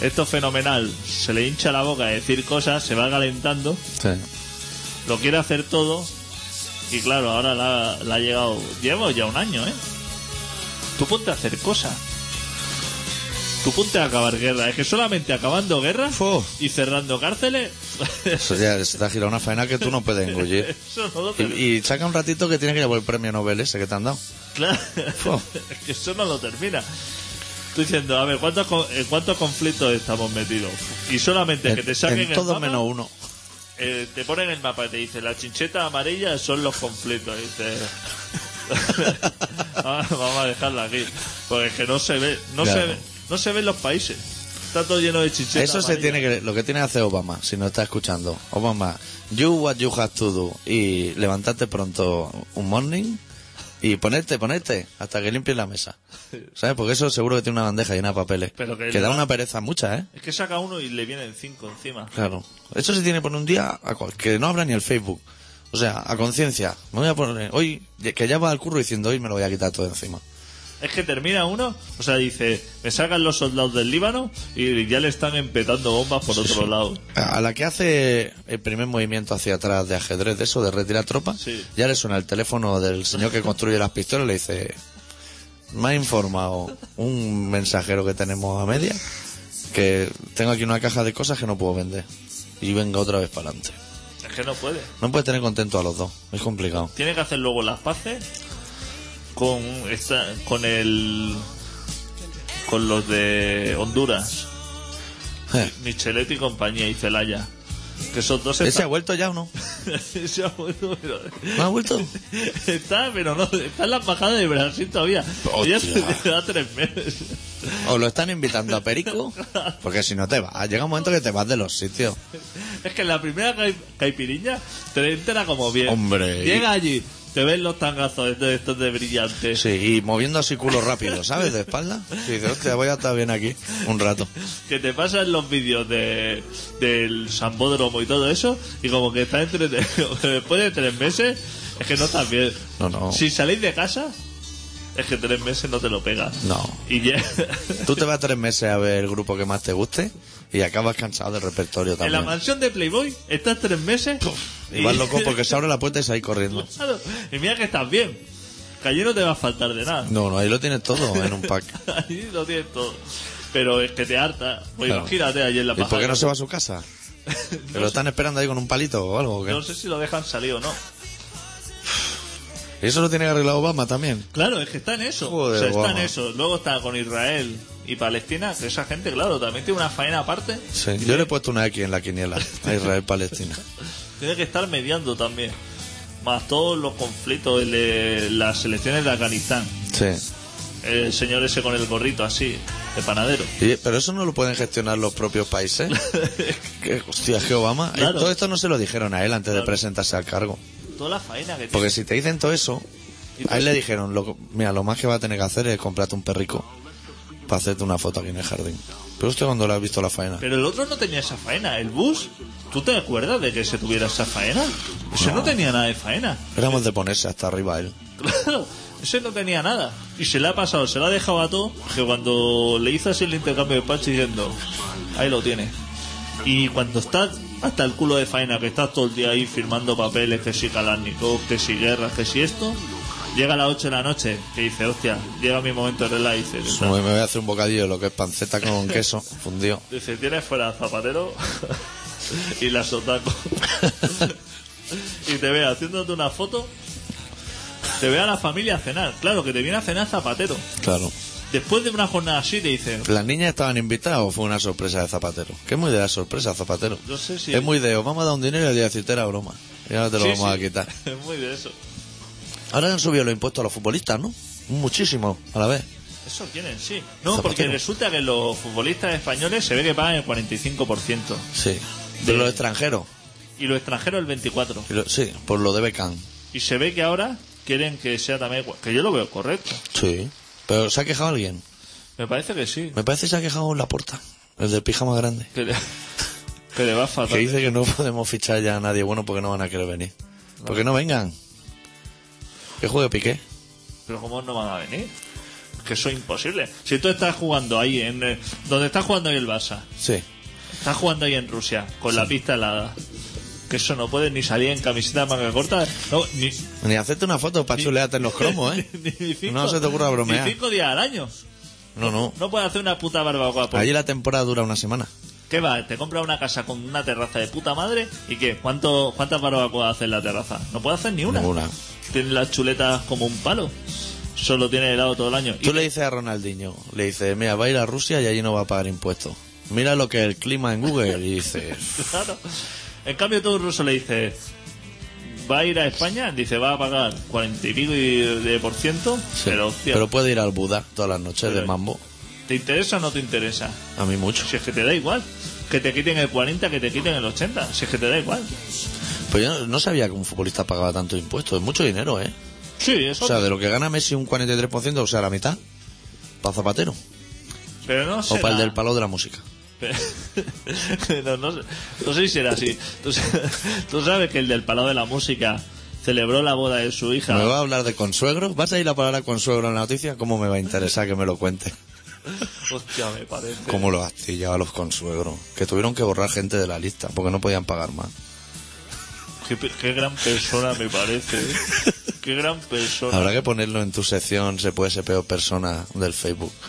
S2: esto es fenomenal, se le hincha la boca de decir cosas, se va calentando,
S1: Sí.
S2: lo quiere hacer todo y claro, ahora la, la ha llegado, llevo ya un año, ¿eh? Tú ponte a hacer cosas. Tú ponte a acabar guerra. Es que solamente acabando guerras
S1: Fu.
S2: y cerrando cárceles...
S1: Eso ya se te ha girado una faena que tú no puedes engullir.
S2: eso no lo
S1: Y,
S2: tenemos.
S1: y saca un ratito que tiene que llevar el premio Nobel ese que te han dado.
S2: Claro,
S1: Fua.
S2: es que eso no lo termina. Estoy diciendo, a ver, ¿cuántos, con- en cuántos conflictos estamos metidos? Y solamente que te saquen
S1: en
S2: el
S1: todo
S2: mapa,
S1: menos uno.
S2: eh, te ponen el mapa y te dicen, la chincheta amarilla son los conflictos. Y dices, "Ah, vamos a dejarla aquí, porque es que no se ve, no
S1: Claro.
S2: se ve, no se ven los países. Está todo lleno de chinchetas.
S1: Eso se tiene que lo que tiene que hacer Obama, si nos está escuchando. Obama, you what you have to do y levantarte pronto un morning y ponerte, ponerte hasta que limpies la mesa. ¿Sabes? Porque eso seguro que tiene una bandeja llena de papeles.
S2: Pero que-
S1: da una pereza mucha, ¿eh?
S2: Es que saca uno y le vienen cinco encima.
S1: Claro. Eso se tiene por un día a cual- que no habrá ni el Facebook. O sea, a conciencia. Me voy a poner hoy que ya va al curro diciendo hoy me lo voy a quitar todo encima.
S2: Es que termina uno, o sea, dice, me sacan los soldados del Líbano y ya le están empetando bombas por otro lado.
S1: A la que hace el primer movimiento hacia atrás de ajedrez, de eso, de retirar tropas,
S2: Sí.
S1: ya le suena el teléfono del señor que construye las pistolas y le dice, me ha informado un mensajero que tenemos a media que tengo aquí una caja de cosas que no puedo vender y venga otra vez para adelante.
S2: Es que no puede.
S1: No puedes tener contento a los dos, es complicado.
S2: Tiene que hacer luego las paces con esta, con el con los de Honduras,
S1: Eh,
S2: Micheletti y compañía y Celaya. Que esos dos
S1: ¿Ese ha
S2: están.
S1: vuelto ya o no?
S2: Ese abuelo, pero-
S1: ¿No ha vuelto?
S2: Está, pero no, está en la embajada de Brasil todavía.
S1: Hostia.
S2: Ya se- da tres meses.
S1: ¿O lo están invitando a Perico? Porque si no te vas, llega un momento que te vas de los sitios.
S2: Es que en la primera cai- caipiriña te entera como bien.
S1: Hombre, y-
S2: Llega allí, te ven los tangazos estos, estos de brillantes.
S1: Sí, y moviendo así culo rápido, ¿sabes? De espalda. Y dices, hostia, voy a estar bien aquí un rato.
S2: que te pasan los vídeos de, del Sambódromo y todo eso, y como que estás entretenido, pero después de tres meses, es que no estás bien.
S1: No, no.
S2: Si salís de casa, es que tres meses no te lo pegas.
S1: No.
S2: Y ya-
S1: Tú te vas tres meses a ver el grupo que más te guste y acabas cansado del repertorio
S2: en la
S1: también.
S2: mansión de Playboy estás tres meses.
S1: Y vas loco porque se abre la puerta y se va ahí corriendo.
S2: Claro, y mira que estás bien. Que allí no te va a faltar de nada.
S1: No, no, ahí lo tienes todo en un pack.
S2: Allí lo tienes todo. Pero es que te harta. Pues
S1: Claro.
S2: imagínate allí en la
S1: ¿Y por qué
S2: paja.
S1: no se va a su casa? ¿Que lo están esperando ahí con un palito o algo? o qué?
S2: No sé si lo dejan salir o no.
S1: ¿Y eso lo tiene que arreglar Obama también?
S2: Claro, es que está en eso.
S1: Joder,
S2: o sea, está
S1: guau.
S2: en eso. Luego está con Israel y Palestina, que esa gente, claro, también tiene una faena aparte.
S1: Sí. Yo le he puesto una X en la quiniela a Israel-Palestina.
S2: Tiene que estar mediando también. Más todos los conflictos, el de las elecciones de Afganistán.
S1: Sí.
S2: El señor ese con el gorrito así, de panadero.
S1: Y- pero eso no lo pueden gestionar los propios países. que, hostia, es que Obama. y
S2: Claro.
S1: Todo esto no se lo dijeron a él antes de
S2: Claro.
S1: presentarse al cargo.
S2: Toda la faena que tiene.
S1: Porque si te dicen todo eso,
S2: pues
S1: a él le dijeron: lo- Mira, lo más que va a tener que hacer es comprarte un perrico para hacerte una foto aquí en el jardín. Pero usted cuando le ha visto la faena.
S2: Pero el otro no tenía esa faena. El bus, ¿tú te acuerdas de que se tuviera esa faena? Ese no, tenía nada de faena.
S1: Éramos de ponerse hasta arriba a él.
S2: Claro, Ese no tenía nada. Y se la ha pasado, se la ha dejado a todo, que cuando le hizo así el intercambio de Pachi diciendo, ahí lo tiene. Y cuando estás hasta el culo de faena, que estás todo el día ahí firmando papeles, que si Kalashnikov, que si guerras, que si esto, llega a las 8 de la noche, que dice, hostia, llega mi momento de relax, dice,
S1: Me me voy a hacer un bocadillo de lo que es panceta con queso fundido.
S2: Dice, tienes fuera zapatero y la sotaco. y te ve haciéndote una foto. Te ve a la familia a cenar. Claro, que te viene a cenar zapatero.
S1: Claro.
S2: Después de una jornada así te dice,
S1: ¿Las niñas estaban invitadas o fue una sorpresa de Zapatero? Que es muy de la sorpresa, Zapatero.
S2: no sé si...
S1: Es muy de, os vamos a dar un dinero y el día decirte era broma. Y ahora te lo
S2: Sí,
S1: vamos
S2: sí.
S1: a quitar.
S2: Es muy de eso.
S1: Ahora han subido los impuestos a los futbolistas, ¿no? Muchísimo, a la vez.
S2: Eso quieren, sí. No,
S1: Zapatero.
S2: porque resulta que los futbolistas españoles se ve que pagan el 45%.
S1: Sí. De
S2: De-
S1: los extranjeros.
S2: Y los extranjeros el 24%.
S1: Y lo- sí, por lo de Beckham.
S2: Y se ve que ahora quieren que sea también... igual- Que yo lo veo correcto.
S1: Sí. Pero ¿se ha quejado alguien?
S2: Me parece que sí.
S1: Me parece que se ha quejado la puerta. El del pijama grande.
S2: Que le, que le va fatal.
S1: Que dice que no podemos fichar ya a nadie bueno porque no van a querer venir. Porque no vengan. Que juegue Piqué.
S2: Pero ¿cómo no van a venir? Es Que eso es imposible. Si tú estás jugando ahí en... eh, Donde está jugando ahí el Barça.
S1: Sí.
S2: Estás jugando ahí en Rusia, con la pista helada. Que eso no puede ni salir en camiseta de manga corta. No, ni,
S1: Ni hacerte una foto para chulearte en los cromos, ¿eh?
S2: ni- ni cinco,
S1: No se te ocurra bromear.
S2: Ni cinco días al año.
S1: No, no.
S2: No puedes hacer una puta barbacoa. por-
S1: Allí la temporada dura una semana.
S2: ¿Qué va? Te compras una casa con una terraza de puta madre y ¿qué? ¿Cuánto, ¿Cuántas barbacoas hace en la terraza? No puedes hacer ni una.
S1: Ninguna.
S2: Tienes las chuletas como un palo. Solo tiene helado todo el año.
S1: Tú le dices a Ronaldinho, le dices, mira, va a ir a Rusia y allí no va a pagar impuestos. Mira lo que es el clima en Google y dices,
S2: Claro. En cambio, todo ruso le dice: ¿va a ir a España? Dice: va a pagar 40 y pico y de por ciento. Pero, hostia,
S1: pero puede ir al Buda todas las noches de
S2: Pero-
S1: mambo.
S2: ¿te interesa o no te interesa?
S1: A mí mucho.
S2: Si es que te da igual. Que te quiten el 40, que te quiten el 80. Si es que te da igual.
S1: Pero Pues yo no- no sabía que un futbolista pagaba tanto impuestos. Es mucho dinero, ¿eh?
S2: Sí, eso.
S1: O sea, de lo que gana Messi un 43%, o sea, la mitad, para Zapatero.
S2: pero no
S1: O
S2: será-
S1: para el del palo de la música.
S2: Pero no, sé- no sé si será así. Tú, sa- tú sabes que el del Palau de la Música celebró la boda de su hija.
S1: ¿Me va a hablar de consuegro? ¿Vas a ir a palabra consuegro en la noticia? ¿Cómo me va a interesar que me lo cuente?
S2: Hostia, me parece.
S1: ¿Cómo los astillaba a los consuegros? Que tuvieron que borrar gente de la lista porque no podían pagar más.
S2: Qué, pe- qué gran persona me parece. ¿eh? Qué gran persona.
S1: Habrá que ponerlo en tu sección, se puede ser peor persona del Facebook. Ah.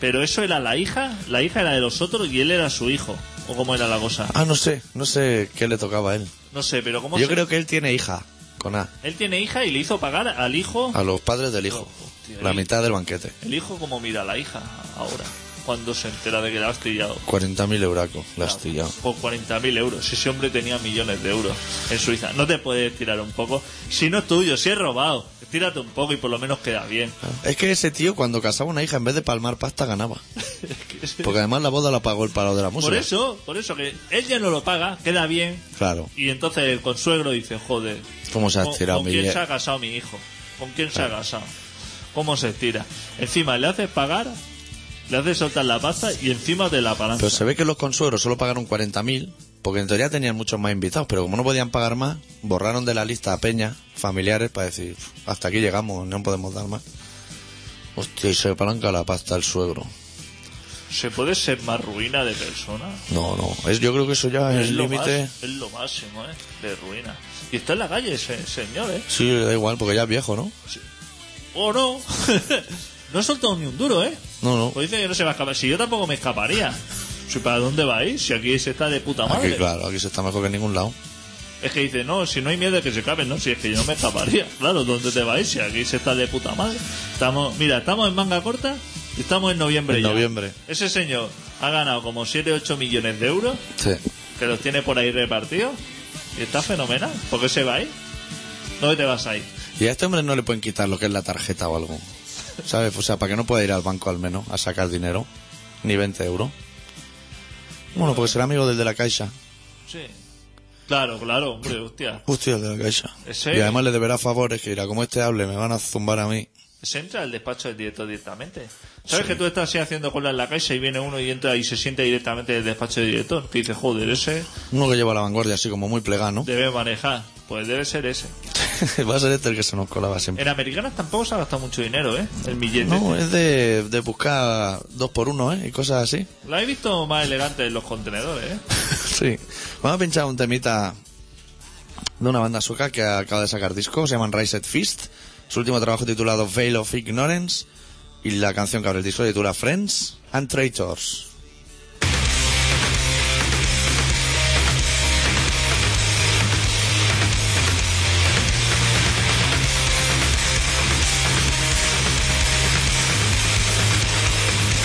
S2: Pero eso era la hija, la hija era de los otros y él era su hijo. ¿O cómo era la cosa?
S1: Ah, no sé, no sé qué le tocaba a él.
S2: No sé, pero ¿cómo
S1: Yo
S2: se-
S1: creo que él tiene hija, con A,
S2: Él tiene hija y le hizo pagar al hijo,
S1: a los padres del hijo,
S2: Hostia,
S1: la
S2: ahí.
S1: mitad del banquete.
S2: el hijo como mira a la hija ahora, cuando se entera de que la ha astillado.
S1: 40.000 euracos, la astillado.
S2: Por 40.000 euros. Ese hombre tenía millones de euros en Suiza. No te puedes tirar un poco. Si no es tuyo, si es robado, tírate un poco y por lo menos queda bien.
S1: Es que ese tío cuando casaba una hija, en vez de palmar pasta, ganaba. Porque además la boda la pagó el palo de la música.
S2: Por eso, por eso que él ya no lo paga, queda bien.
S1: Claro,
S2: Y entonces el consuegro dice, joder,
S1: cómo se ha
S2: ¿Con,
S1: estirado
S2: con
S1: mi
S2: quién
S1: ye-
S2: se ha casado mi hijo? ¿Con quién se ha casado? ¿Cómo se estira? Encima le haces pagar, le haces soltar la pasta y encima te la palanca.
S1: Pero se ve que los consuegros solo pagaron 40.000, porque en teoría tenían muchos más invitados, pero como no podían pagar más, borraron de la lista a Peña, familiares, para decir, hasta aquí llegamos, no podemos dar más. Hostia, y se apalanca la pasta el suegro.
S2: ¿Se puede ser más ruina de persona?
S1: No, no, es, yo creo que eso ya es, el
S2: lo
S1: límite.
S2: más- Es lo máximo, ¿eh? De ruina. Y está en la calle, ese señor, ¿eh?
S1: Sí, da igual, porque ya es viejo, ¿no?
S2: ¡Oh, no! no he soltado ni un duro, ¿eh?
S1: No, no.
S2: Pues dice que no se va a escapar. Si yo tampoco me escaparía. Si, ¿Para dónde vais? Si aquí se está de puta madre.
S1: Aquí, claro, aquí se está mejor que en ningún lado.
S2: Es que dice, no, si no hay miedo de que se escapen, no, si es que yo no me escaparía. Claro, ¿dónde te vais? Si aquí se está de puta madre. Estamos, mira, estamos en manga corta y estamos en noviembre
S1: En
S2: ya.
S1: noviembre.
S2: Ese señor ha ganado como 7, 8 millones de euros,
S1: Sí.
S2: que los tiene por ahí repartidos, y está fenomenal. ¿Por qué se va ahí? ¿Dónde te vas ahí?
S1: Y a este hombre no le pueden quitar lo que es la tarjeta o algo. ¿Sabes? O sea, para que no pueda ir al banco al menos a sacar dinero, ni 20 euros. Bueno, porque será amigo del de la Caixa.
S2: Sí. Claro, claro, hombre, hostia.
S1: Hostia, el de la caixa.
S2: Ese-
S1: Y además le deberá favores que irá como este hable, me van a zumbar a mí.
S2: Se entra al despacho del director directamente. ¿Sabes que tú estás así haciendo cola en la calle y viene uno y entra y se sienta directamente del despacho del director? Que dice, joder, ese
S1: Uno que lleva la vanguardia así como muy plegado, ¿no?
S2: debe manejar. Pues debe ser ese.
S1: Va a ser este el que se nos colaba siempre.
S2: En americanas tampoco se ha gastado mucho dinero, ¿eh? El billete.
S1: No, es de, de buscar dos por uno, ¿eh? Y cosas así.
S2: La he visto más elegante en los contenedores, ¿eh?
S1: Sí. Vamos a pinchar un temita de una banda sueca que acaba de sacar disco. Se llaman Rise at Fist. Su último trabajo titulado Veil of Ignorance. Y la canción que abre el disco se titula Friends and Traitors.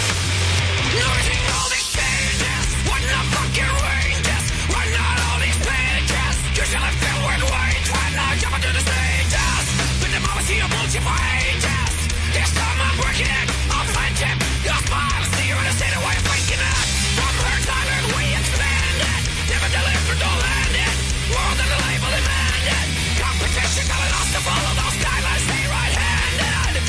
S3: Losing all these pages, what the fucking waste is? Why not all these pages? Usually filled with weight when I jump into the stages. But the moment see a bullshit for ages. This time I'm breaking it, I'll find it. Your smile, see you in a state of way of faking it. From her silent, we expand it. Never delivered or landed. World that the label demanded. Competition telling us to follow those guidelines, stay right-handed.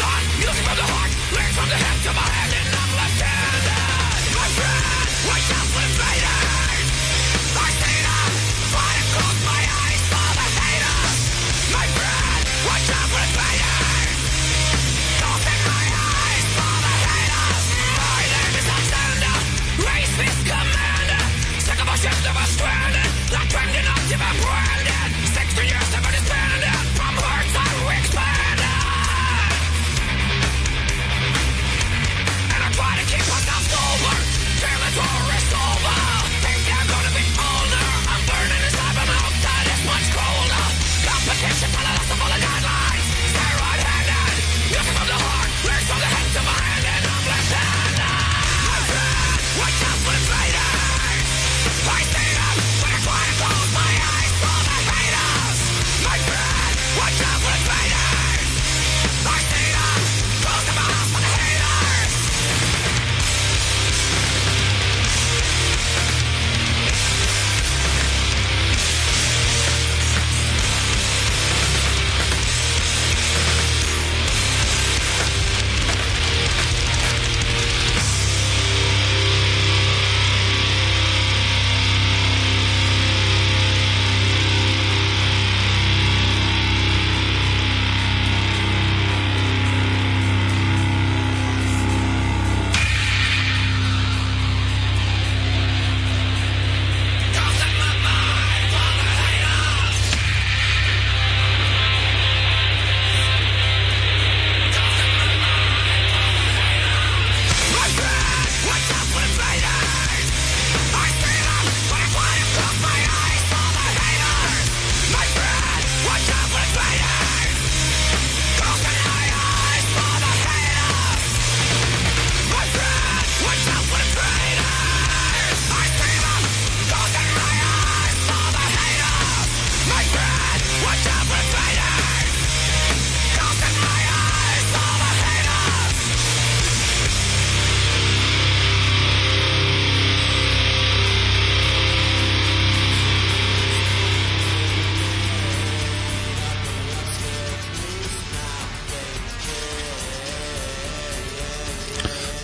S3: Not music from the heart, lyrics from the head to my head and I'm left-handed. My friend, we just live faded. I see them, but I close my eyes for the haters. My friend, we just live faded. Closing my eyes for the haters. My name is Alexander, race is commander. Sick of a ship that was stranded, not trained enough to be branded. Sixty years have been disbanded, from hurts I expanded. And I try to keep myself sober Till the tour is over Think I'm gonna be older I'm burning inside my mouth That is much colder Competition for the last of all the guidelines Stay right-handed Music from the heart Lyrics from the head to my hand And I'm left-handed My friend, watch out for the faders I see them When I try to close my eyes For the haters My friend, watch out for the faders I see them Closing my eyes for the haters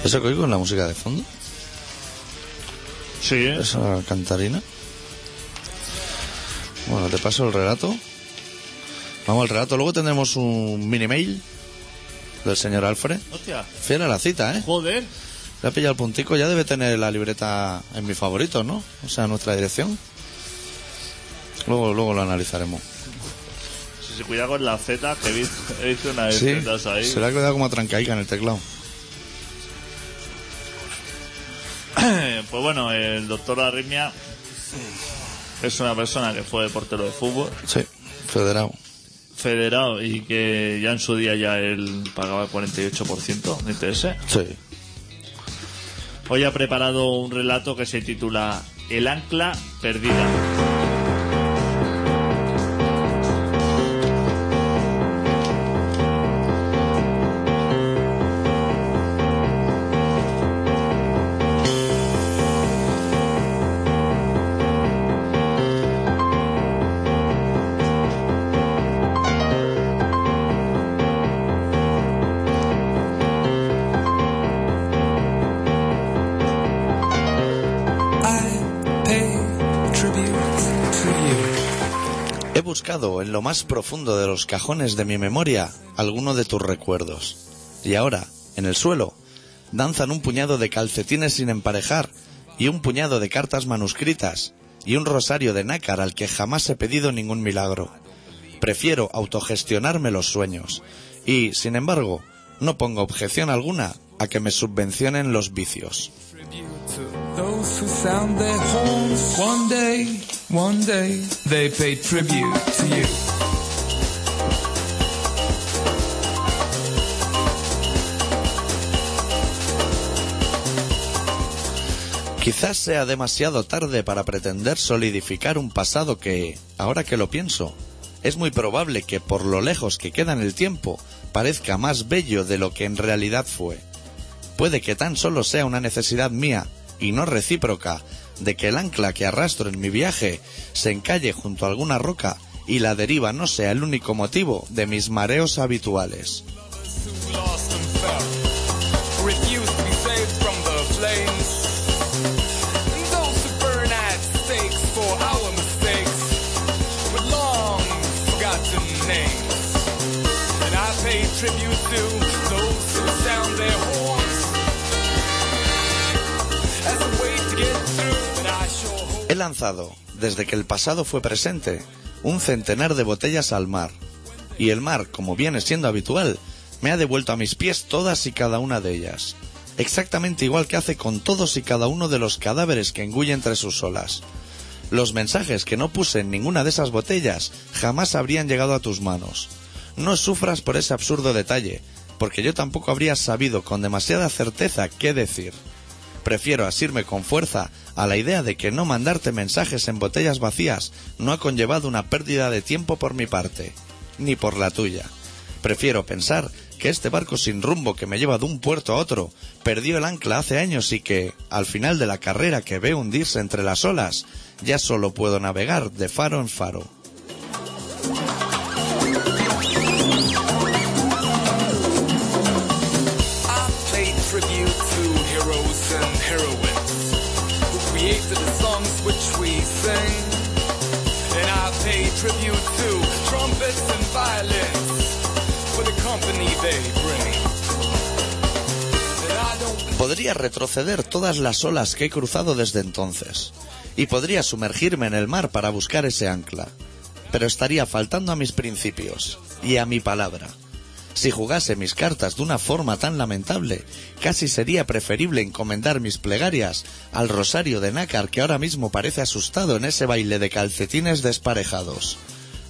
S1: Eso que oigo es la música de fondo.
S2: Sí, ¿eh?
S1: Esa cantarina. Bueno, te paso el relato. Vamos al relato. Luego tendremos un mini mail del señor Alfred.
S2: Hostia,
S1: Fiel a la cita, ¿eh?
S2: joder.
S1: Le ha pillado el puntico, ya debe tener la libreta en mi favorito, ¿no? O sea, nuestra dirección. Luego, luego lo analizaremos.
S2: Si se cuida con las Z, que he visto, he visto unas
S1: Sí,
S2: zetas ahí.
S1: se le ha quedado como trancaica en el teclado.
S2: Pues bueno, el doctor Arritmia es una persona que fue portero de fútbol
S1: Sí, federado.
S2: federado y que ya en su día ya él pagaba el 48% de interés.
S1: Sí.
S2: Hoy ha preparado un relato que se titula El ancla perdida.
S4: I pay tribute
S1: buscado en lo más profundo de los cajones de mi memoria alguno de tus recuerdos. Y ahora, en el suelo, danzan un puñado de calcetines sin emparejar y un puñado de cartas manuscritas y un rosario de nácar al que jamás he pedido ningún milagro. Prefiero autogestionarme los sueños y, sin embargo, no pongo objeción alguna a que me subvencionen los vicios.
S4: tribute to those who found their homes. One day, one day, they pay tribute to you.
S1: Quizás sea demasiado tarde para pretender solidificar un pasado que, ahora que lo pienso, es muy probable que por lo lejos que queda en el tiempo parezca más bello de lo que en realidad fue. Puede que tan solo sea una necesidad mía, y no recíproca, de que el ancla que arrastro en mi viaje se encalle junto a alguna roca y la deriva no sea el único motivo de mis mareos habituales.
S4: Those who lost and fell, refused to be saved from the flames. And those who burn at stakes for our mistakes, with long forgotten names. And I pay tribute to those who sound their horns as a way to get through. And I sure hope.
S1: He lanzado, desde que el pasado fue presente, un centenar de botellas al mar. Y el mar, como viene siendo habitual, me ha devuelto a mis pies todas y cada una de ellas. Exactamente igual que hace con todos y cada uno de los cadáveres que engulle entre sus olas. Los mensajes que no puse en ninguna de esas botellas jamás habrían llegado a tus manos. No sufras por ese absurdo detalle, porque yo tampoco habría sabido con demasiada certeza qué decir. Prefiero asirme con fuerza a la idea de que no mandarte mensajes en botellas vacías no ha conllevado una pérdida de tiempo por mi parte, ni por la tuya. Prefiero pensar que este barco sin rumbo que me lleva de un puerto a otro perdió el ancla hace años y que, al final de la carrera que veo hundirse entre las olas, ya solo puedo navegar de faro en faro.
S4: I pay tribute to heroes and heroines who created the songs which we sing. And I pay tribute to trumpets and violins for the company they bring. And I don't
S1: Podría retroceder todas las olas que he cruzado desde entonces, y podría sumergirme en el mar para buscar ese ancla, pero estaría faltando a mis principios y a mi palabra. Si jugase mis cartas de una forma tan lamentable, casi sería preferible encomendar mis plegarias al rosario de nácar que ahora mismo parece asustado en ese baile de calcetines desparejados.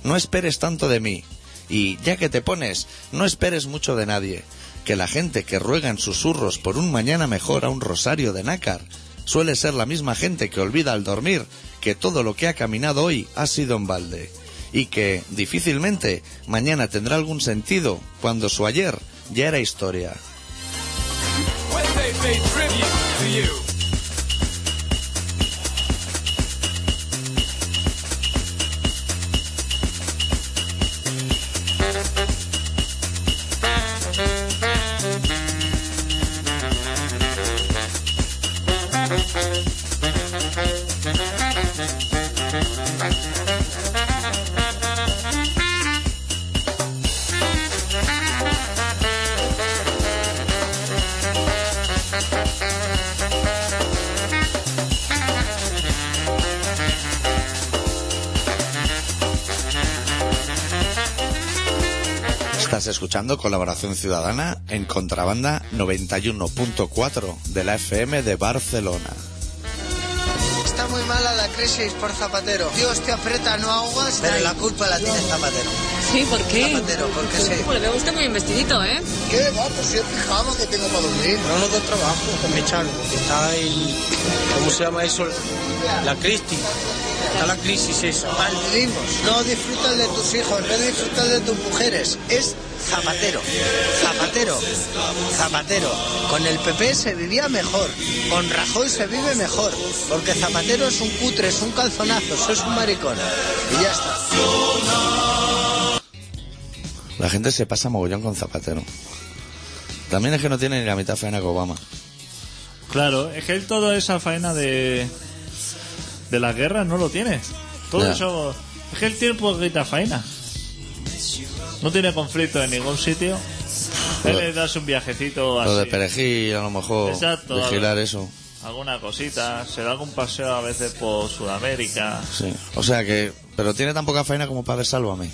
S1: No esperes tanto de mí, y ya que te pones, no esperes mucho de nadie, que la gente que ruega en susurros por un mañana mejor a un rosario de nácar suele ser la misma gente que olvida al dormir que todo lo que ha caminado hoy ha sido en balde, y que, difícilmente, mañana tendrá algún sentido cuando su ayer ya era historia.
S4: when they pay tribute to you.
S1: Estás escuchando Colaboración Ciudadana en Contrabanda 91.4 de la FM de Barcelona.
S5: Está muy mala la crisis por Zapatero. Dios te aprieta, no ahogas. Pero la culpa la tiene Zapatero.
S6: Sí, ¿por qué?
S5: Zapatero, porque sí.
S6: Como le veo a usted muy investidito, ¿eh?
S5: ¿Qué? Va, pues yo fijaba que tengo para dormir.
S7: No, no con trabajo, con Mechano. Está el. ¿Cómo se llama eso? La crisis. Está la crisis esa.
S5: Maldivos. No disfrutas de tus hijos, no disfrutas de tus mujeres. Es Zapatero. Zapatero. Zapatero. Con el PP se vivía mejor. Con Rajoy se vive mejor. Porque Zapatero es un cutre, es un calzonazo, es un maricón. Y ya está.
S1: La gente se pasa mogollón con Zapatero. También es que no tiene ni la mitad faena que Obama.
S2: Claro, es que él toda esa faena de, de las guerras no lo tiene. Todo
S1: Ya.
S2: eso Es que el tiempo grita faena. No tiene conflicto en ningún sitio.
S1: Pero-
S2: Él le das un viajecito
S1: Lo de
S2: así.
S1: perejil, a lo mejor.
S2: Ah, Exacto,
S1: Vigilar
S2: algo.
S1: eso.
S2: Alguna cosita. Se da algún paseo a veces por Sudamérica.
S1: Sí. O sea que. Pero tiene tan poca faena como para ver Sálvame.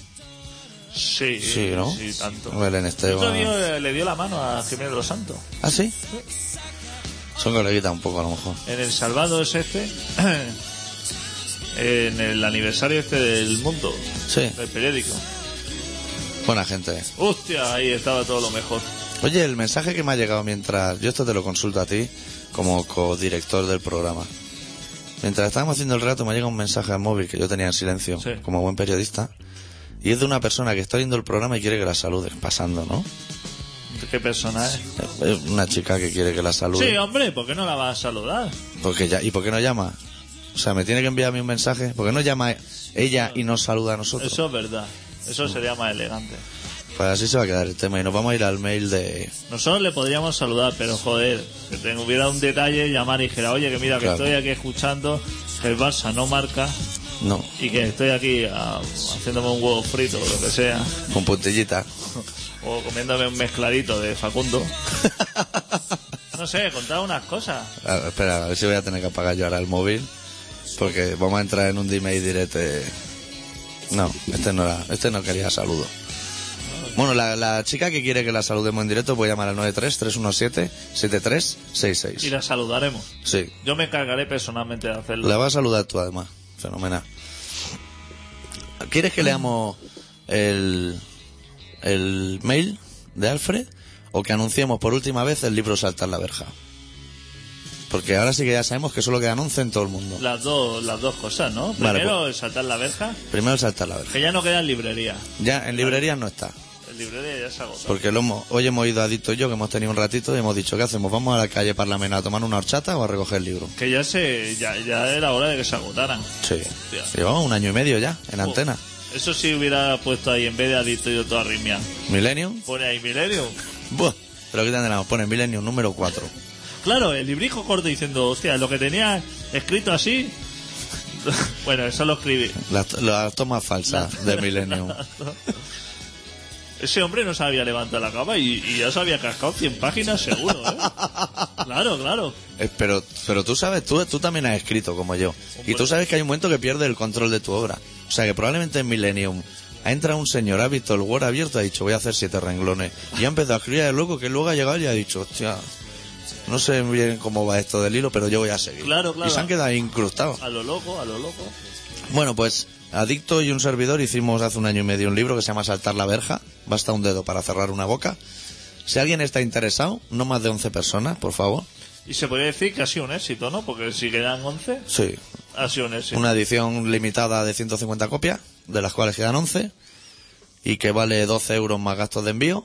S2: Sí,
S1: Sí, ¿no?
S2: Sí, tanto.
S1: Belén Esteban.
S2: Otro día le dio la mano a Jiménez de los Santos.
S1: ¿Ah, sí? Son coleguitas un poco, a lo mejor.
S2: En El Salvado es este. en el aniversario este del mundo.
S1: Sí.
S2: Del periódico.
S1: Buena gente.
S2: Hostia, ahí estaba todo lo mejor.
S1: Oye, el mensaje que me ha llegado mientras. Yo esto te lo consulto a ti, como codirector del programa. Mientras estábamos haciendo el rato, me llega un mensaje al móvil que yo tenía en silencio,
S2: Sí.
S1: como buen periodista. Y es de una persona que está viendo el programa y quiere que la salude. Pasando, ¿no?
S2: Qué personaje.
S1: Es una chica que quiere que la salude.
S2: Sí, hombre, ¿por qué no la vas a saludar?
S1: Porque ya, ¿Y por qué no llama? O sea, me tiene que enviar a mí un mensaje. ¿Por qué no llama ella y nos saluda a nosotros?
S2: Eso es verdad. Eso sería más elegante.
S1: Pues así se va a quedar el tema. Y nos vamos a ir al mail de.
S2: Nosotros le podríamos saludar, pero joder, que te- hubiera un detalle, llamar y dijera, oye, que mira, que
S1: Claro.
S2: estoy aquí escuchando, que el Barça no marca
S1: No,
S2: y que estoy aquí ah, haciéndome un huevo frito o lo que sea,
S1: con puntillita.
S2: o comiéndome un mezcladito de Facundo. No sé, contar unas cosas.
S1: A ver, espera, a ver si voy a tener que apagar yo ahora el móvil. Porque vamos a entrar en un dime y direte. No, este no, era- este no quería saludo. Bueno, la, la chica que quiere que la saludemos en directo puede llamar al
S2: Y
S1: 93-317-7366.
S2: las saludaremos.
S1: Sí,
S2: Yo me encargaré personalmente de hacerlo.
S1: la vas a saludar tú además. Fenomenal. ¿Quieres que leamos el, el mail de Alfred o que anunciemos por última vez el libro Saltar la Verja? Porque ahora sí que ya sabemos que solo quedan 11 en todo el mundo.
S2: Las dos, las dos cosas, ¿no?
S1: Vale, pues-
S2: Primero, el saltar la verja,
S1: Primero saltar la verja.
S2: que ya no queda en librería.
S1: Ya en librerías no está.
S2: El librería ya se agotó.
S1: Porque lo hemos- hoy hemos ido adicto y yo, que hemos tenido un ratito y hemos dicho, ¿qué hacemos? ¿Vamos a la calle Parlamena a tomar una horchata o a recoger el libro?
S2: Que ya se, ya, ya era hora de que se agotaran.
S1: Sí. Llevamos un año y medio ya en antena.
S2: Eso sí hubiera puesto ahí en vez de adicto y otro arritmia.
S1: Millennium.
S2: Pone ahí Milenio.
S1: Buah. Pero aquí tendremos, pone Millennium número 4.
S2: Claro, el librijo corto diciendo, hostia, lo que tenía escrito así. bueno, eso lo escribí.
S1: Las, las tomas falsas de Millennium.
S2: Ese hombre no se había levantado la cama y, y ya se había cascado 100 páginas seguro, ¿eh? claro, claro.
S1: Eh, Pero, pero tú sabes, tú, tú también has escrito como yo. Y tú sabes que hay un momento que pierdes el control de tu obra. O sea que probablemente en Millennium ha entrado un señor, ha visto el Word abierto, ha dicho voy a hacer siete renglones. Y ha empezado a escribir de loco que luego ha llegado y ha dicho, hostia, no sé bien cómo va esto del hilo, pero yo voy a seguir.
S2: Claro, claro.
S1: Y se han quedado ahí incrustados.
S2: A lo loco, a lo loco.
S1: Bueno, pues Adicto y un servidor hicimos hace un año y medio un libro que se llama Saltar la verja. Basta un dedo para cerrar una boca. Si alguien está interesado, no más de 11 personas, por favor.
S2: Y se podría decir que ha sido un éxito, ¿no? Porque si quedan 11,
S1: Sí,
S2: ha sido un éxito.
S1: Una edición limitada de 150 copias, de las cuales quedan 11, y que vale 12 euros más gastos de envío,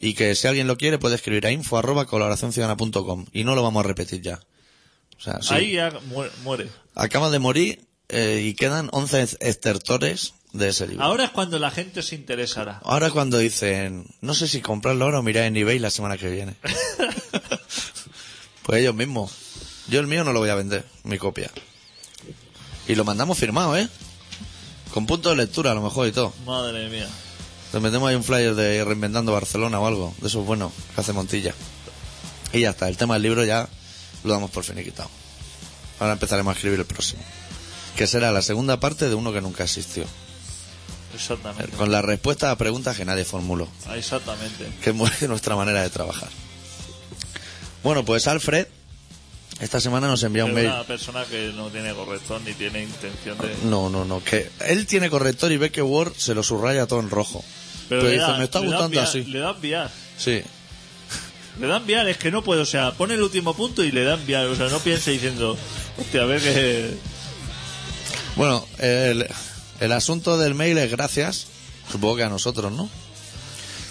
S1: y que si alguien lo quiere puede escribir a info arroba colaboracionciudadana.com, y no lo vamos a repetir ya. O sea, sí.
S2: Ahí ya muere. muere.
S1: Acaba de morir eh, y quedan 11 ex- estertores de ese libro.
S2: Ahora es cuando la gente se interesará.
S1: Ahora cuando dicen, no sé si comprarlo ahora o mirar en eBay la semana que viene. pues ellos mismos. Yo el mío no lo voy a vender, mi copia. Y lo mandamos firmado, ¿eh? Con punto de lectura a lo mejor y todo.
S2: Madre mía.
S1: Le metemos ahí un flyer de Reinventando Barcelona o algo. De esos buenos que hace Montilla. Y ya está, el tema del libro ya lo damos por finiquitado. Ahora empezaremos a escribir el próximo. Que será la segunda parte de uno que nunca existió.
S2: Exactamente.
S1: Con la respuesta a preguntas que nadie formuló.
S2: Ah, Exactamente.
S1: que muere nuestra manera de trabajar. Bueno, pues Alfred, esta semana nos envía
S2: Es
S1: un mail.
S2: una persona que no tiene corrección ni tiene intención de.
S1: No, no, no, que él tiene corrector y ve que Word se lo subraya todo en rojo. Pero,
S2: le
S1: dice,
S2: da-
S1: Pues me está
S2: le da
S1: gustando
S2: enviar-
S1: así.
S2: Le da enviar.
S1: Sí.
S2: Le da enviar, es que no puedo. O sea, pone el último punto y le da enviar. O sea, no piense diciendo, hostia, a ver que.
S1: Bueno, el, el asunto del mail es gracias, supongo que a nosotros, ¿no?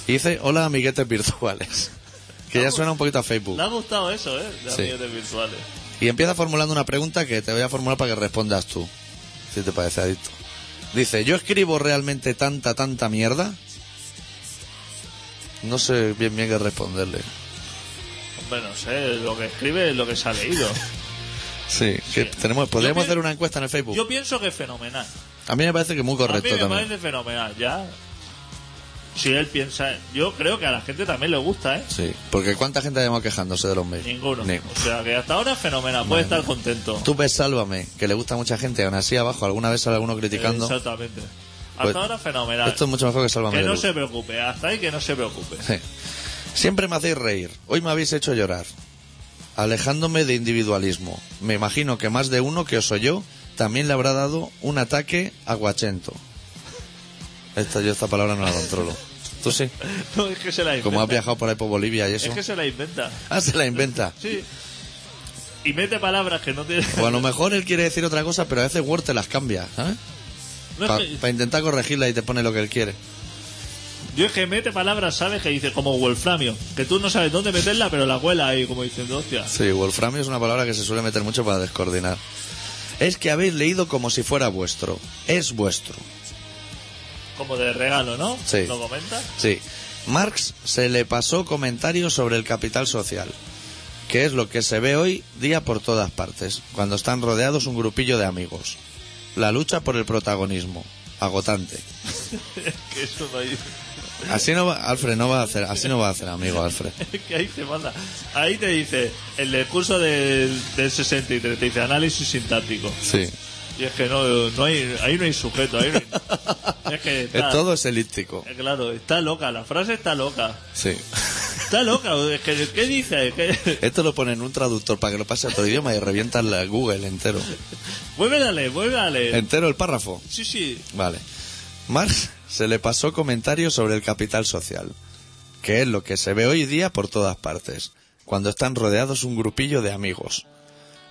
S1: Y dice, hola amiguetes virtuales. Que ya suena un poquito a Facebook.
S2: Le ha gustado eso, ¿eh? De
S1: Sí.
S2: amiguetes virtuales.
S1: Y empieza formulando una pregunta que te voy a formular para que respondas tú. Si te parece adicto. Dice, ¿yo escribo realmente tanta, tanta mierda? No sé bien bien qué responderle.
S2: Hombre, no sé, lo que escribe es lo que se ha leído.
S1: Sí, que tenemos,
S2: Yo
S1: podríamos
S2: pi-
S1: hacer una encuesta en el Facebook.
S2: Yo pienso que es fenomenal.
S1: A mí me parece que muy correcto
S2: a mí me
S1: también.
S2: parece fenomenal, ya. Si él piensa, yo creo que a la gente también le gusta, ¿eh?
S1: Sí, porque ¿cuánta gente llevamos quejándose de los medios?
S2: Ninguno.
S1: Ni-
S2: O sea, que hasta ahora es fenomenal, puede estar contento.
S1: Tú ves Sálvame, que le gusta a mucha gente, aún así abajo alguna vez sale alguno criticando.
S2: Exactamente. Hasta
S1: Pues,
S2: ahora fenomenal.
S1: Esto es mucho mejor que Sálvame.
S2: que
S1: de
S2: no
S1: Luz.
S2: se preocupe, hasta ahí que no se preocupe.
S1: Sí. Siempre me hacéis reír, hoy me habéis hecho llorar. Alejándome de individualismo, me imagino que más de uno que os oyó también le habrá dado un ataque a Guachento. Esta, yo esta palabra no la controlo. Tú sí.
S2: No, es que se la inventa.
S1: Como has viajado por ahí por Bolivia y eso.
S2: es que se la inventa.
S1: Ah, se la inventa.
S2: Sí. Y mete palabras que no tiene.
S1: O a lo mejor él quiere decir otra cosa, pero a veces Word te las cambia, ¿sabes?
S2: No, es
S1: Para
S2: que-
S1: intentar corregirla y te pone lo que él quiere.
S2: Yo es que mete palabras, ¿sabes? Que dice como Wolframio. Que tú no sabes dónde meterla, pero la cuela ahí, como diciendo, hostia.
S1: Sí, Wolframio es una palabra que se suele meter mucho para descoordinar. Es que habéis leído como si fuera vuestro. Es vuestro.
S2: Como de regalo, ¿no?
S1: Sí.
S2: ¿Lo comentas?
S1: Sí. Marx se le pasó comentario sobre el capital social, que es lo que se ve hoy día por todas partes, cuando están rodeados un grupillo de amigos. La lucha por el protagonismo. Agotante.
S2: Que eso no hay-
S1: Así no va, Alfred no va a hacer, así no va a hacer, amigo Alfred.
S2: que ahí te manda. Ahí te dice, el del curso del, del 63, te dice análisis sintáctico.
S1: Sí.
S2: Y es que no, no hay, ahí no hay sujeto, ahí no hay- Es que está,
S1: Es- todo es elíptico.
S2: eh, Claro, está loca, la frase está loca.
S1: Sí.
S2: Está loca, es que, ¿qué dice? ¿Qué?
S1: Esto lo ponen en un traductor para que lo pase a otro idioma y revientan la Google entero.
S2: Vuelve a leer, vuelve a leer.
S1: Entero el párrafo.
S2: Sí, sí,
S1: Vale. Marx se le pasó comentario sobre el capital social, que es lo que se ve hoy día por todas partes, cuando están rodeados un grupillo de amigos.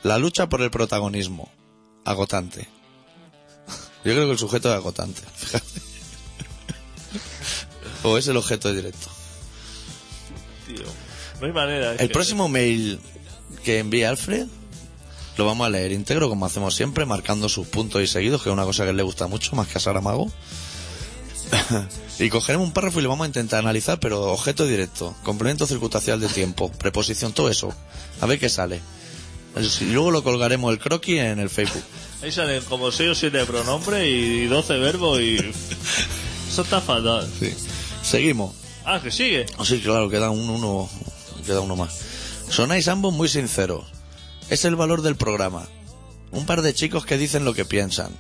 S1: La lucha por el protagonismo. Agotante. Yo creo que el sujeto es agotante. fíjate. o es el objeto directo.
S2: tío. No hay manera. es
S1: El
S2: que-
S1: próximo mail que envíe Alfred lo vamos a leer íntegro, como hacemos siempre, marcando sus puntos y seguidos, que es una cosa que a él le gusta mucho, más que a Sara Mago. y cogeremos un párrafo y lo vamos a intentar analizar, pero objeto directo, complemento circunstancial de tiempo, preposición, todo eso. A ver qué sale. Y luego lo colgaremos el croquis en el Facebook.
S2: Ahí salen como 6 o 7 pronombres y 12 verbos y... Eso está fatal.
S1: Seguimos.
S2: Ah, que sigue.
S1: Ah, Sí, claro, queda un- uno, queda uno más. Sonáis ambos muy sinceros. Es el valor del programa. Un par de chicos que dicen lo que piensan.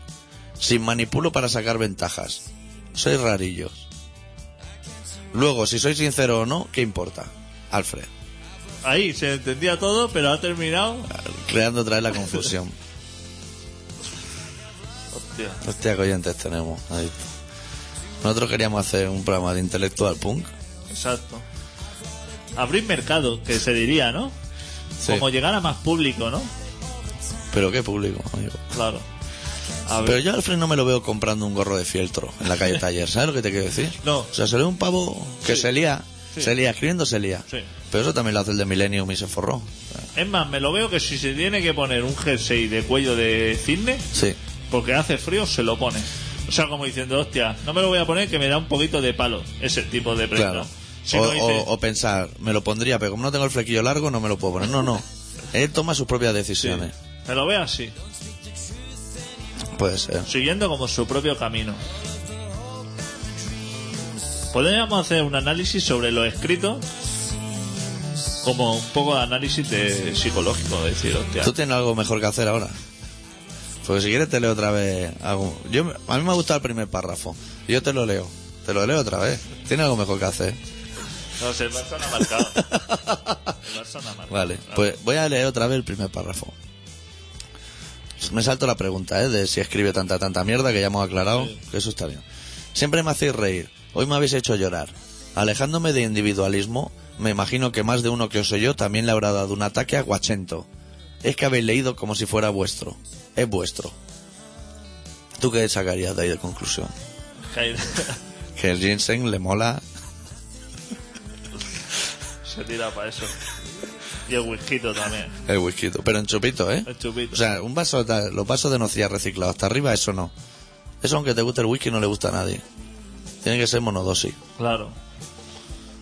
S1: Sin manipulo para sacar ventajas. Sois rarillos. Luego, si sois sincero o no, ¿qué importa? Alfred,
S2: Ahí se entendía todo, pero ha terminado.
S1: creando otra vez la confusión.
S2: Hostia.
S1: Hostia, que oyentes tenemos. Ahí está. Nosotros queríamos hacer un programa de intelectual punk.
S2: Exacto. Abrir mercado, que se diría, ¿no?
S1: Sí.
S2: Como llegar a más público, ¿no?
S1: Pero qué público, amigo.
S2: Claro. A ver.
S1: Pero yo a Alfred no me lo veo comprando un gorro de fieltro en la calle Taller, ¿sabes lo que te quiero decir?
S2: No.
S1: O sea, se ve un pavo que
S2: Sí.
S1: se lía,
S2: Sí.
S1: se lía, escribiendo se lía.
S2: Sí.
S1: Pero eso también lo hace el de Millennium y se forró.
S2: Es más, me lo veo que si se tiene que poner un jersey de cuello de cisne,
S1: Sí.
S2: porque hace frío, se lo pone. O sea, como diciendo, hostia, no me lo voy a poner que me da un poquito de palo ese tipo de prenda.
S1: Claro.
S2: Si
S1: o,
S2: no dice,
S1: o- o pensar, me lo pondría, pero como no tengo el flequillo largo, no me lo puedo poner. No, no. Él toma sus propias
S2: sí,
S1: decisiones.
S2: me lo veo así,
S1: Puede ser.
S2: siguiendo como su propio camino. Podríamos hacer un análisis sobre lo escrito, como un poco de análisis de psicológico, de decir, hostia.
S1: Tú tienes algo mejor que hacer ahora. Porque si quieres te leo otra vez. algún- Yo, me- a mí me ha gustado el primer párrafo. Yo te lo leo. Te lo leo otra vez. Tienes algo mejor que hacer.
S2: No sé, el Barça no ha marcado. El Barça no ha marcado.
S1: Vale, pues voy a leer otra vez el primer párrafo. Me salto la pregunta, ¿eh? De si escribe tanta, tanta mierda, que ya hemos aclarado que eso está bien. Siempre me hacéis reír. Hoy me habéis hecho llorar. Alejándome de individualismo, me imagino que más de uno que os soy yo también le habrá dado un ataque a Guachento. Es que habéis leído como si fuera vuestro. Es vuestro. ¿Tú qué sacarías de ahí de conclusión?
S2: Caída.
S1: Que el ginseng le mola.
S2: Se tira para eso. Y el whisky también.
S1: El whisky, pero en chupito, ¿eh?
S2: El chupito.
S1: O sea, un vaso, de- los vasos de nocilla reciclados hasta arriba, eso no. Eso aunque te guste el whisky no le gusta a nadie. Tiene que ser monodosis.
S2: Claro.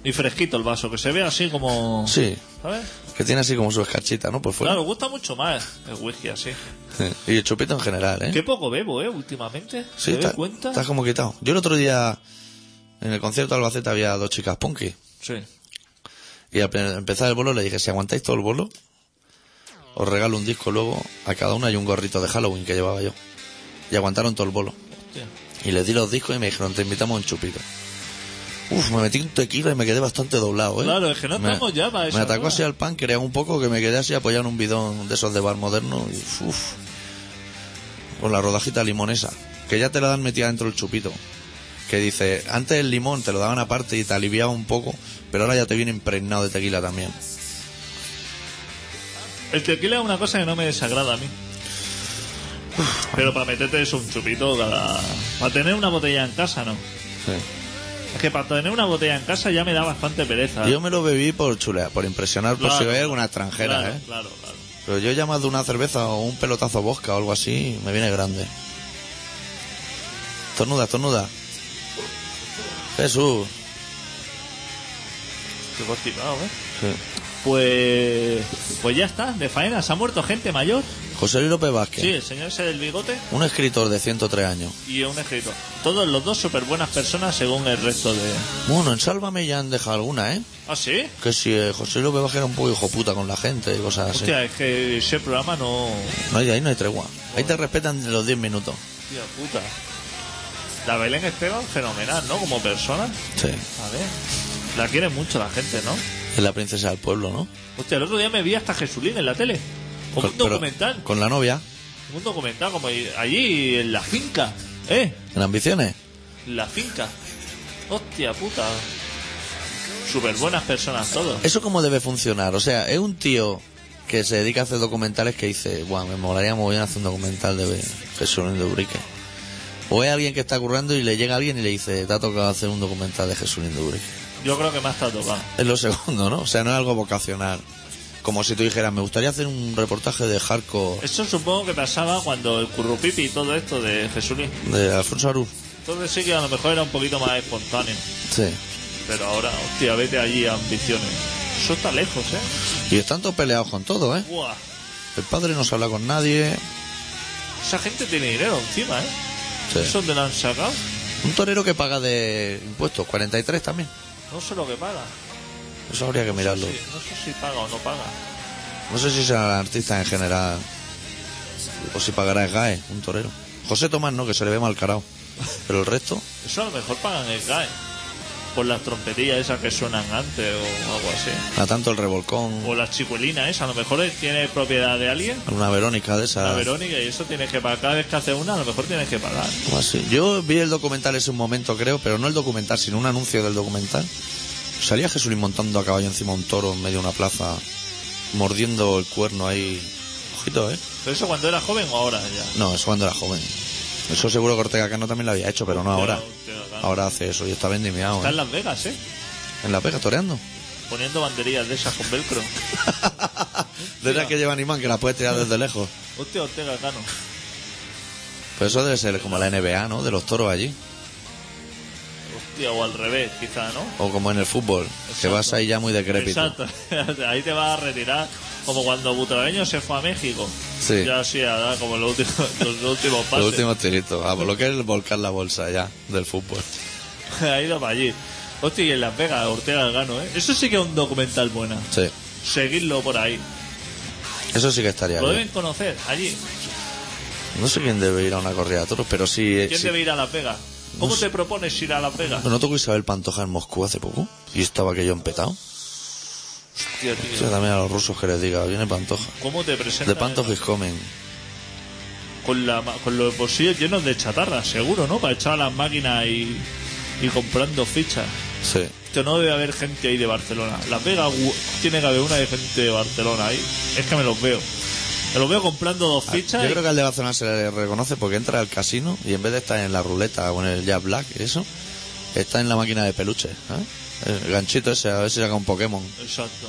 S2: Y fresquito el vaso, que se ve así como.
S1: Sí.
S2: ¿Sabes?
S1: Que tiene así como su escarchita, ¿no? ¿Eh? Pues fuera.
S2: Claro, gusta mucho más el whisky así.
S1: Y el chupito en general, ¿eh?
S2: Qué poco bebo, ¿eh? Últimamente.
S1: Sí,
S2: ¿Te das
S1: está-
S2: cuenta?
S1: estás como quitado. Yo el otro día en el concierto de Albacete había dos chicas punky.
S2: Sí.
S1: Y al pe- empezar el bolo le dije, si aguantáis todo el bolo, os regalo un disco luego a cada una y un gorrito de Halloween que llevaba yo. Y aguantaron todo el bolo.
S2: Hostia.
S1: Y les di los discos y me dijeron, te invitamos a un chupito. Uf, me metí un tequila y me quedé bastante doblado, ¿eh?
S2: Claro, es que no
S1: Me-
S2: estamos ya para
S1: Me
S2: esa
S1: atacó
S2: hora.
S1: así al pan, creía un poco que me quedé así apoyado en un bidón de esos de bar moderno y uf, con la rodajita limonesa, que ya te la dan metida dentro el chupito. Que dice, antes el limón te lo daban aparte y te aliviaba un poco, pero ahora ya te viene impregnado de tequila también.
S2: El tequila es una cosa que no me desagrada a mí. Pero para meterte eso un chupito cada... Para tener una botella en casa, ¿no? Es que para tener una botella en casa ya me da bastante pereza.
S1: Yo me lo bebí por chulea, por impresionar, por
S2: Claro.
S1: si veía alguna extranjera,
S2: claro,
S1: ¿eh?
S2: claro, claro.
S1: Pero yo ya más de una cerveza o un pelotazo bosca o algo así, me viene grande. Tornuda, tornuda. Jesús.
S2: Qué constipado, ¿eh?
S1: Sí.
S2: Pues... Pues ya está, de faena. ¿Se ha muerto gente mayor?
S1: José Luis López Vázquez.
S2: Sí, el señor ese del bigote
S1: Un escritor de 103 años.
S2: y un escritor. Todos los dos súper buenas personas según el resto de...
S1: Bueno, en Sálvame ya han dejado alguna, ¿eh?
S2: ¿Ah, sí?
S1: Que si eh, José Luis López Vázquez era un poco hijo puta con la gente y cosas así.
S2: Hostia, es que ese programa no...
S1: No, y ahí no hay tregua. Ahí te respetan los 10 minutos.
S2: Hostia puta. La Belén Esteban, fenomenal, ¿no? Como persona.
S1: Sí.
S2: A ver. La quiere mucho la gente, ¿no?
S1: Es la princesa del pueblo, ¿no?
S2: Hostia, el otro día me vi hasta Jesulín en la tele. Como un
S1: pero-
S2: documental.
S1: con la novia.
S2: Un documental como ahí- allí en la finca. ¿Eh?
S1: En ambiciones.
S2: En la finca. Hostia puta. Súper buenas personas todos.
S1: ¿Eso cómo debe funcionar? O sea, es un tío que se dedica a hacer documentales que dice, guau, me molaría muy bien hacer un documental de Jesús de Urique. O es alguien que está currando y le llega alguien y le dice, te ha tocado hacer un documental de Jesús de Urique.
S2: Yo creo que más te ha tocado.
S1: Es lo segundo, ¿no? O sea, no es algo vocacional. Como si tú dijeras, me gustaría hacer un reportaje de hardcore
S2: Eso supongo que pasaba cuando el currupipi y todo esto de Jesulín.
S1: de Alfonso Arús.
S2: Entonces sí que a lo mejor era un poquito más espontáneo.
S1: Sí.
S2: Pero ahora, hostia, vete allí a ambiciones. Eso está lejos, ¿eh?
S1: Y están todos peleados con todo, ¿eh?
S2: Buah.
S1: El padre no se habla con nadie.
S2: Esa gente tiene dinero encima, ¿eh?
S1: Sí.
S2: ¿Eso dónde lo han sacado?
S1: Un torero que paga de impuestos, 43 también.
S2: No sé lo que paga.
S1: Eso habría que mirarlo.
S2: Sí, no sé si paga o no paga.
S1: No sé si serán artistas en general. O si pagará el GAE, un torero. José Tomás no, que se le ve mal carao. Pero el resto,
S2: Eso a lo mejor pagan el GAE. Por las trompetillas esas que suenan antes o algo así.
S1: a tanto el revolcón,
S2: O las chicuelinas esas. A lo mejor él tiene propiedad de alguien.
S1: una Verónica de
S2: La
S1: esa.
S2: Verónica y eso tienes que pagar. Cada vez que hace una, a lo mejor tienes que pagar.
S1: ¿Cómo así? Yo vi el documental ese un momento, creo, pero no el documental, sino un anuncio del documental. Salía Jesulín montando a caballo encima de un toro en medio de una plaza, mordiendo el cuerno ahí. Ojito, ¿eh?
S2: ¿Pero eso cuando era joven o ahora ya?
S1: No, eso cuando era joven. Eso seguro que Ortega Cano también lo había hecho, pero no ahora.
S2: Ortega Cano.
S1: Ahora hace eso y está vendimiado.
S2: Está en
S1: ¿eh?
S2: Las Vegas, ¿eh?
S1: En la pega, toreando.
S2: Poniendo banderillas de esas con velcro.
S1: De esas que llevan imán, que la puedes tirar desde lejos.
S2: Hostia, Ortega Cano.
S1: Pues eso debe ser como la NBA, ¿no? De los toros allí.
S2: Hostia, o al revés, quizá, ¿no?
S1: O como en el fútbol, que
S2: Exacto.
S1: vas ahí ya muy decrépito.
S2: Exacto, ahí te vas a retirar como cuando Butrabeño se fue a México.
S1: Sí.
S2: Ya sí, a dar como los últimos, los últimos
S1: Los
S2: pases.
S1: últimos tiritos. Ah, por lo que es volcar la bolsa ya del fútbol.
S2: ha ido para allí. Hostia, y en Las Vegas, Ortega Gano, ¿eh? Eso sí que es un documental buena.
S1: Sí.
S2: Seguirlo por ahí.
S1: Eso sí que estaría
S2: Lo
S1: bien.
S2: deben conocer allí.
S1: No sé quién debe ir a una corrida de toros, pero sí. eh,
S2: ¿Quién
S1: sí.
S2: debe ir a Las Vegas? ¿Cómo te propones ir a Las Vegas?
S1: ¿No tocó Isabel Pantoja en Moscú hace poco? Y estaba aquello empetado.
S2: Hostia, tío.
S1: O sea, también a los rusos que les diga, viene Pantoja.
S2: ¿Cómo te presentas?
S1: De Pantoja is coming.
S2: Con, la, ma- con los bolsillos llenos de chatarra, seguro, ¿no? Para echar a las máquinas y, y comprando fichas.
S1: Sí.
S2: Esto no debe haber gente ahí de Barcelona. Las Vegas gu- tiene que haber una de gente de Barcelona ahí. Es que me los veo. Me los veo comprando dos fichas.
S1: Ah, Yo
S2: y-
S1: creo que al de Barcelona se le reconoce porque entra al casino y en vez de estar en la ruleta o en el Jack Black, eso, está en la máquina de peluche. ¿eh? El ganchito ese, a ver si saca un Pokémon.
S2: Exacto.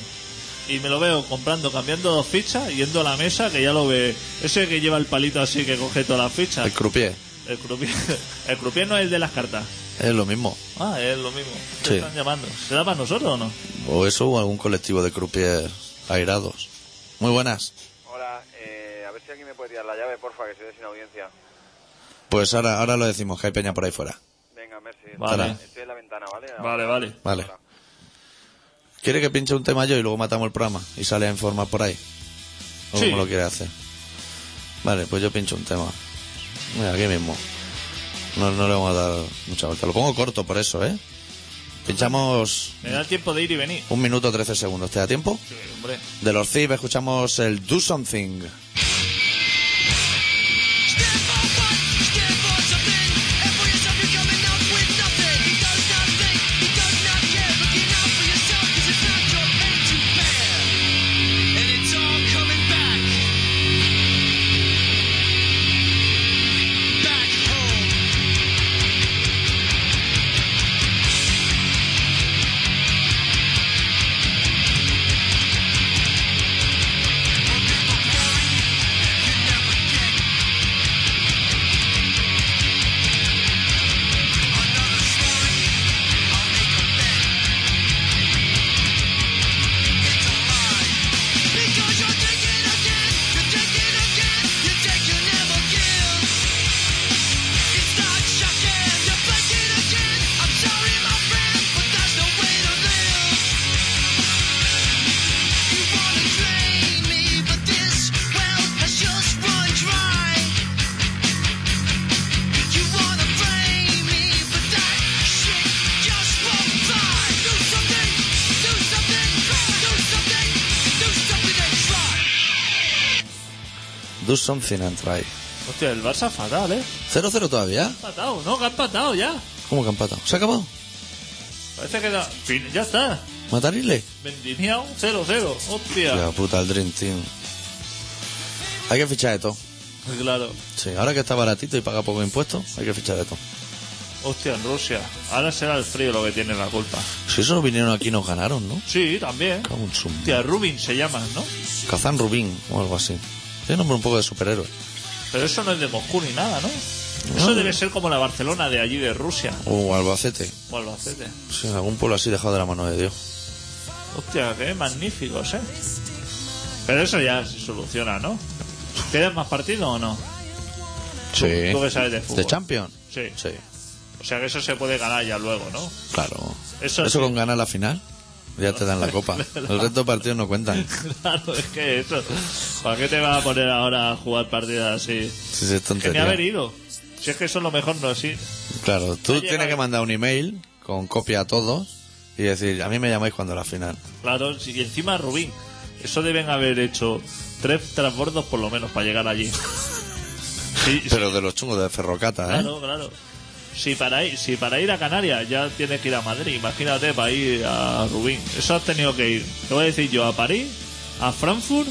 S2: Y me lo veo comprando, cambiando dos fichas, yendo a la mesa, que ya lo ve. Ese que lleva el palito así, que coge todas las fichas.
S1: El croupier.
S2: El croupier, el croupier no es el de las cartas.
S1: Es lo mismo.
S2: Ah, es lo mismo. Te
S1: Sí.
S2: están llamando. ¿Será para nosotros o no?
S1: O eso o algún colectivo de croupier airados. Muy buenas.
S8: Hola, eh, a ver si alguien me puede tirar la llave, porfa, que soy de sin audiencia.
S1: Pues ahora, ahora lo decimos, que hay peña por ahí fuera.
S8: Venga, merci.
S2: Vale.
S8: Estoy en la ventana, ¿vale?
S2: Vale, vale.
S1: Vale. ¿Quiere que pinche un tema yo y luego matamos el programa y sale a informar por ahí? ¿O
S2: Sí.
S1: cómo lo quiere hacer? Vale, pues yo pincho un tema. Mira, aquí mismo. No, no le vamos a dar mucha vuelta. Lo pongo corto por eso, ¿eh? Pinchamos
S2: Me da tiempo de ir y venir.
S1: un minuto 13 segundos. ¿Te da tiempo?
S2: Sí, hombre.
S1: De los Thieves escuchamos el Do Something. Do Something and Try.
S2: Hostia, el Barça fatal, ¿eh?
S1: 0-0 todavía.
S2: Patado, ¿no? Que han patado ya.
S1: ¿Cómo que han patado? ¿Se ha acabado?
S2: Parece que no. Fin, Ya está.
S1: ¿Matarile?
S2: Vendimiao 0-0. Hostia.
S1: La puta, el Dream Team. Hay que fichar de todo.
S2: Claro.
S1: Sí, ahora que está baratito y paga poco impuesto, hay que fichar de todo.
S2: Hostia, en Rusia. Ahora será el frío lo que tiene la culpa.
S1: Si eso vinieron aquí y nos ganaron, ¿no?
S2: Sí, también.
S1: Cago en su-
S2: Hostia, Rubin se llama, ¿no?
S1: Kazan Rubin o algo así. Tiene nombre un poco de superhéroe.
S2: Pero eso no es de Moscú ni nada, ¿no? Eso debe ser como la Barcelona de allí de Rusia.
S1: O Albacete.
S2: O Albacete.
S1: Sí, algún pueblo así dejado de la mano de Dios.
S2: Hostia, qué magníficos, ¿eh? Pero eso ya se soluciona, ¿no? ¿Quedan más partidos o no?
S1: Sí.
S2: tú que sabes de fútbol.
S1: ¿De Champions?
S2: Sí.
S1: Sí,
S2: O sea que eso se puede ganar ya luego, ¿no?
S1: claro.
S2: Eso
S1: Eso,
S2: sí.
S1: con ganar la final, ya te dan la copa. El resto de partidos no cuentan.
S2: Claro, es que eso. ¿Para qué te vas a poner ahora a jugar partidas así?
S1: Sí, sí, es
S2: Que ni haber
S1: tontería.
S2: ido. Si es que eso es lo mejor, no sí.
S1: Claro, tú
S2: Ha
S1: tienes
S2: llegado-
S1: que mandar un email con copia a todos y decir, a mí me llamáis cuando la final.
S2: Claro, sí, y encima Rubín. Eso deben haber hecho tres transbordos por lo menos para llegar allí. Sí, sí,
S1: Pero de los chungos de Ferrocata, ¿eh?
S2: claro, claro. Si para, ir, si para ir a Canarias ya tienes que ir a Madrid, imagínate para ir a Rubín. Eso has tenido que ir. Te voy a decir yo a París, a Frankfurt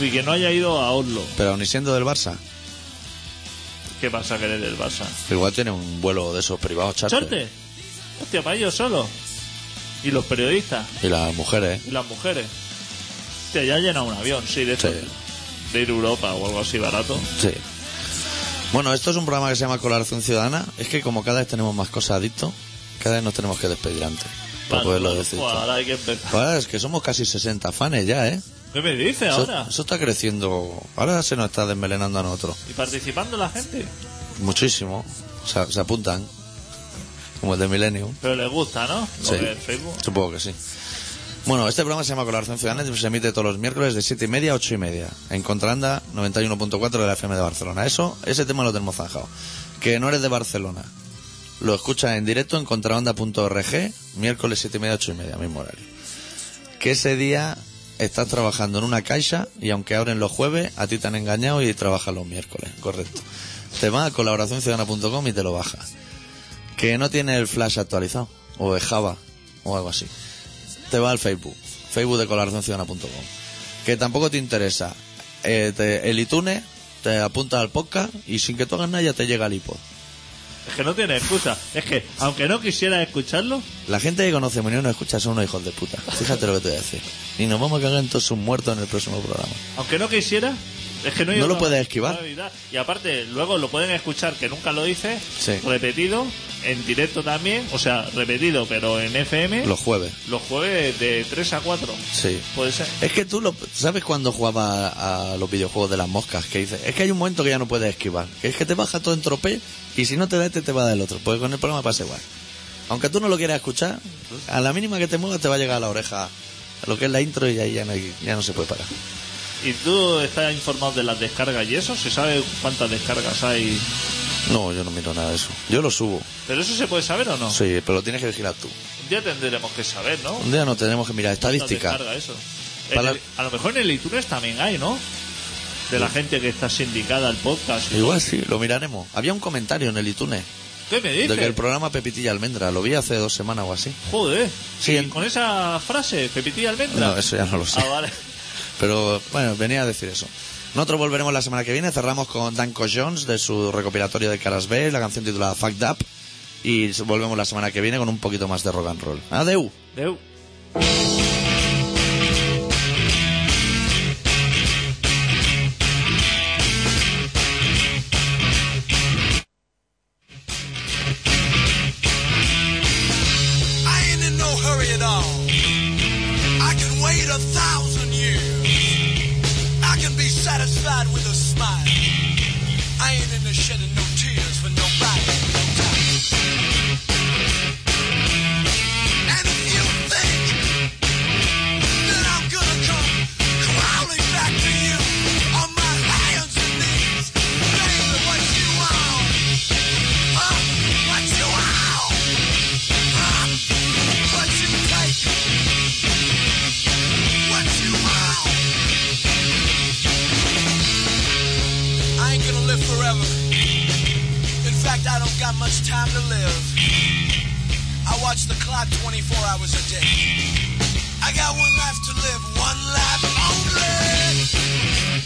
S2: y que no haya ido a Oslo.
S1: Pero aun y siendo del Barça,
S2: ¿Qué pasa que eres del Barça?
S1: igual tiene un vuelo de esos privados charter.
S2: ¿Charte? Hostia, para ellos solo. Y los periodistas,
S1: Y las mujeres, ¿eh?
S2: y las mujeres. Hostia, ya llena un avión, sí, de hecho.
S1: Sí.
S2: De ir a Europa o algo así barato.
S1: Sí. Bueno, esto es un programa que se llama Colaboración Ciudadana. Es que como cada vez tenemos más cosas adicto, cada vez nos tenemos que despedir antes. Para
S2: Vale,
S1: poderlo
S2: pues,
S1: decir.
S2: pues,
S1: todo.
S2: ahora hay que empezar.
S1: Ahora es que somos casi 60 fans ya, ¿eh?
S2: ¿Qué me dice
S1: Eso-
S2: ahora?
S1: Eso, está creciendo. Ahora se nos está desmelenando a nosotros.
S2: ¿Y participando la gente?
S1: Muchísimo. Se, se apuntan. Como el de Millennium.
S2: Pero les gusta, ¿no? Lo
S1: Sí.
S2: que es Facebook.
S1: Supongo que sí. Bueno, este programa se llama Colaboración Ciudadana y se emite todos los miércoles de 7 y media a 8 y media. En Contraanda 91.4 de la FM de Barcelona. Eso, ese tema lo tenemos zanjado. Que no eres de Barcelona. Lo escuchas en directo en contraonda.org, miércoles 7 y media, 8 y media, mismo horario. Que ese día estás trabajando en una caixa y aunque abren los jueves, a ti te han engañado y trabajas los miércoles, correcto. Te vas a colaboracionciudadana.com y te lo bajas. Que no tiene el flash actualizado, o de Java, o algo así. Te va al Facebook, Facebook de colaboracionciudadana.com. Que tampoco te interesa eh, te- el iTunes, te apuntas al podcast y sin que tú hagas nada ya te llega el iPod.
S2: Es que no tiene excusa. Es que, aunque no quisiera escucharlo,
S1: La gente que conoce Muñoz no escucha, son unos hijos de puta. Fíjate lo que te voy a decir. Y nos vamos a cagar en todos sus muertos en el próximo programa.
S2: aunque no quisiera, es que no hay
S1: No lo
S2: otra
S1: puedes esquivar.
S2: modalidad. Y aparte, luego lo pueden escuchar, que nunca lo hice,
S1: Sí.
S2: repetido, en directo también, o sea, repetido, pero en FM,
S1: Los jueves.
S2: los jueves de 3 a 4.
S1: Sí.
S2: Puede ser.
S1: Es que tú lo, sabes cuando jugaba a, los videojuegos de las moscas, que dices, es que hay un momento que ya no puedes esquivar, que es que te baja todo en tropé y si no te da este te va a dar el otro, pues con el programa pasa igual. Aunque tú no lo quieras escuchar, a la mínima que te muevas te va a llegar a la oreja lo que es la intro y ahí ya no, hay- ya no se puede parar.
S2: ¿Y tú estás informado de las descargas y eso? ¿Se sabe cuántas descargas hay?
S1: No, yo no miro nada de eso. Yo lo subo,
S2: ¿Pero eso se puede saber o no?
S1: sí, pero lo tienes que vigilar tú.
S2: Ya tendremos que saber, ¿no?
S1: Un día no tenemos que mirar
S2: ¿Cuántas
S1: estadísticas.
S2: descargas eso?
S1: Para-
S2: En el- a lo mejor en el iTunes también hay, ¿no? De la gente que está sindicada al podcast. y-
S1: Igual sí, lo miraremos. Había un comentario en el iTunes
S2: ¿Qué me
S1: de
S2: dices?
S1: que el programa Pepitilla Almendra, lo vi hace dos semanas o así.
S2: Joder.
S1: Sí,
S2: ¿Y
S1: en-
S2: con esa frase, Pepitilla Almendra.
S1: No, eso ya no lo sé.
S2: Ah, vale.
S1: Pero bueno, venía a decir eso. Nosotros volveremos la semana que viene. Cerramos con Danko Jones de su recopilatorio de Caras B, la canción titulada Fucked Up. Y volvemos la semana que viene con un poquito más de rock and roll. Adeu.
S2: Deu.
S4: I ain't in no hurry at all. I can wait a thousand years. I can be satisfied with a smile. I ain't in the shedding no tears for nobody. no time. And if you think that I'm gonna come crawling back to you on my hands and knees, baby, what you want? Huh? What you want? Huh? What you take? What you want? I ain't gonna live forever. In fact, I don't got much time to live. I watch the clock 24 hours a day. I got one life to live, one life only. uh,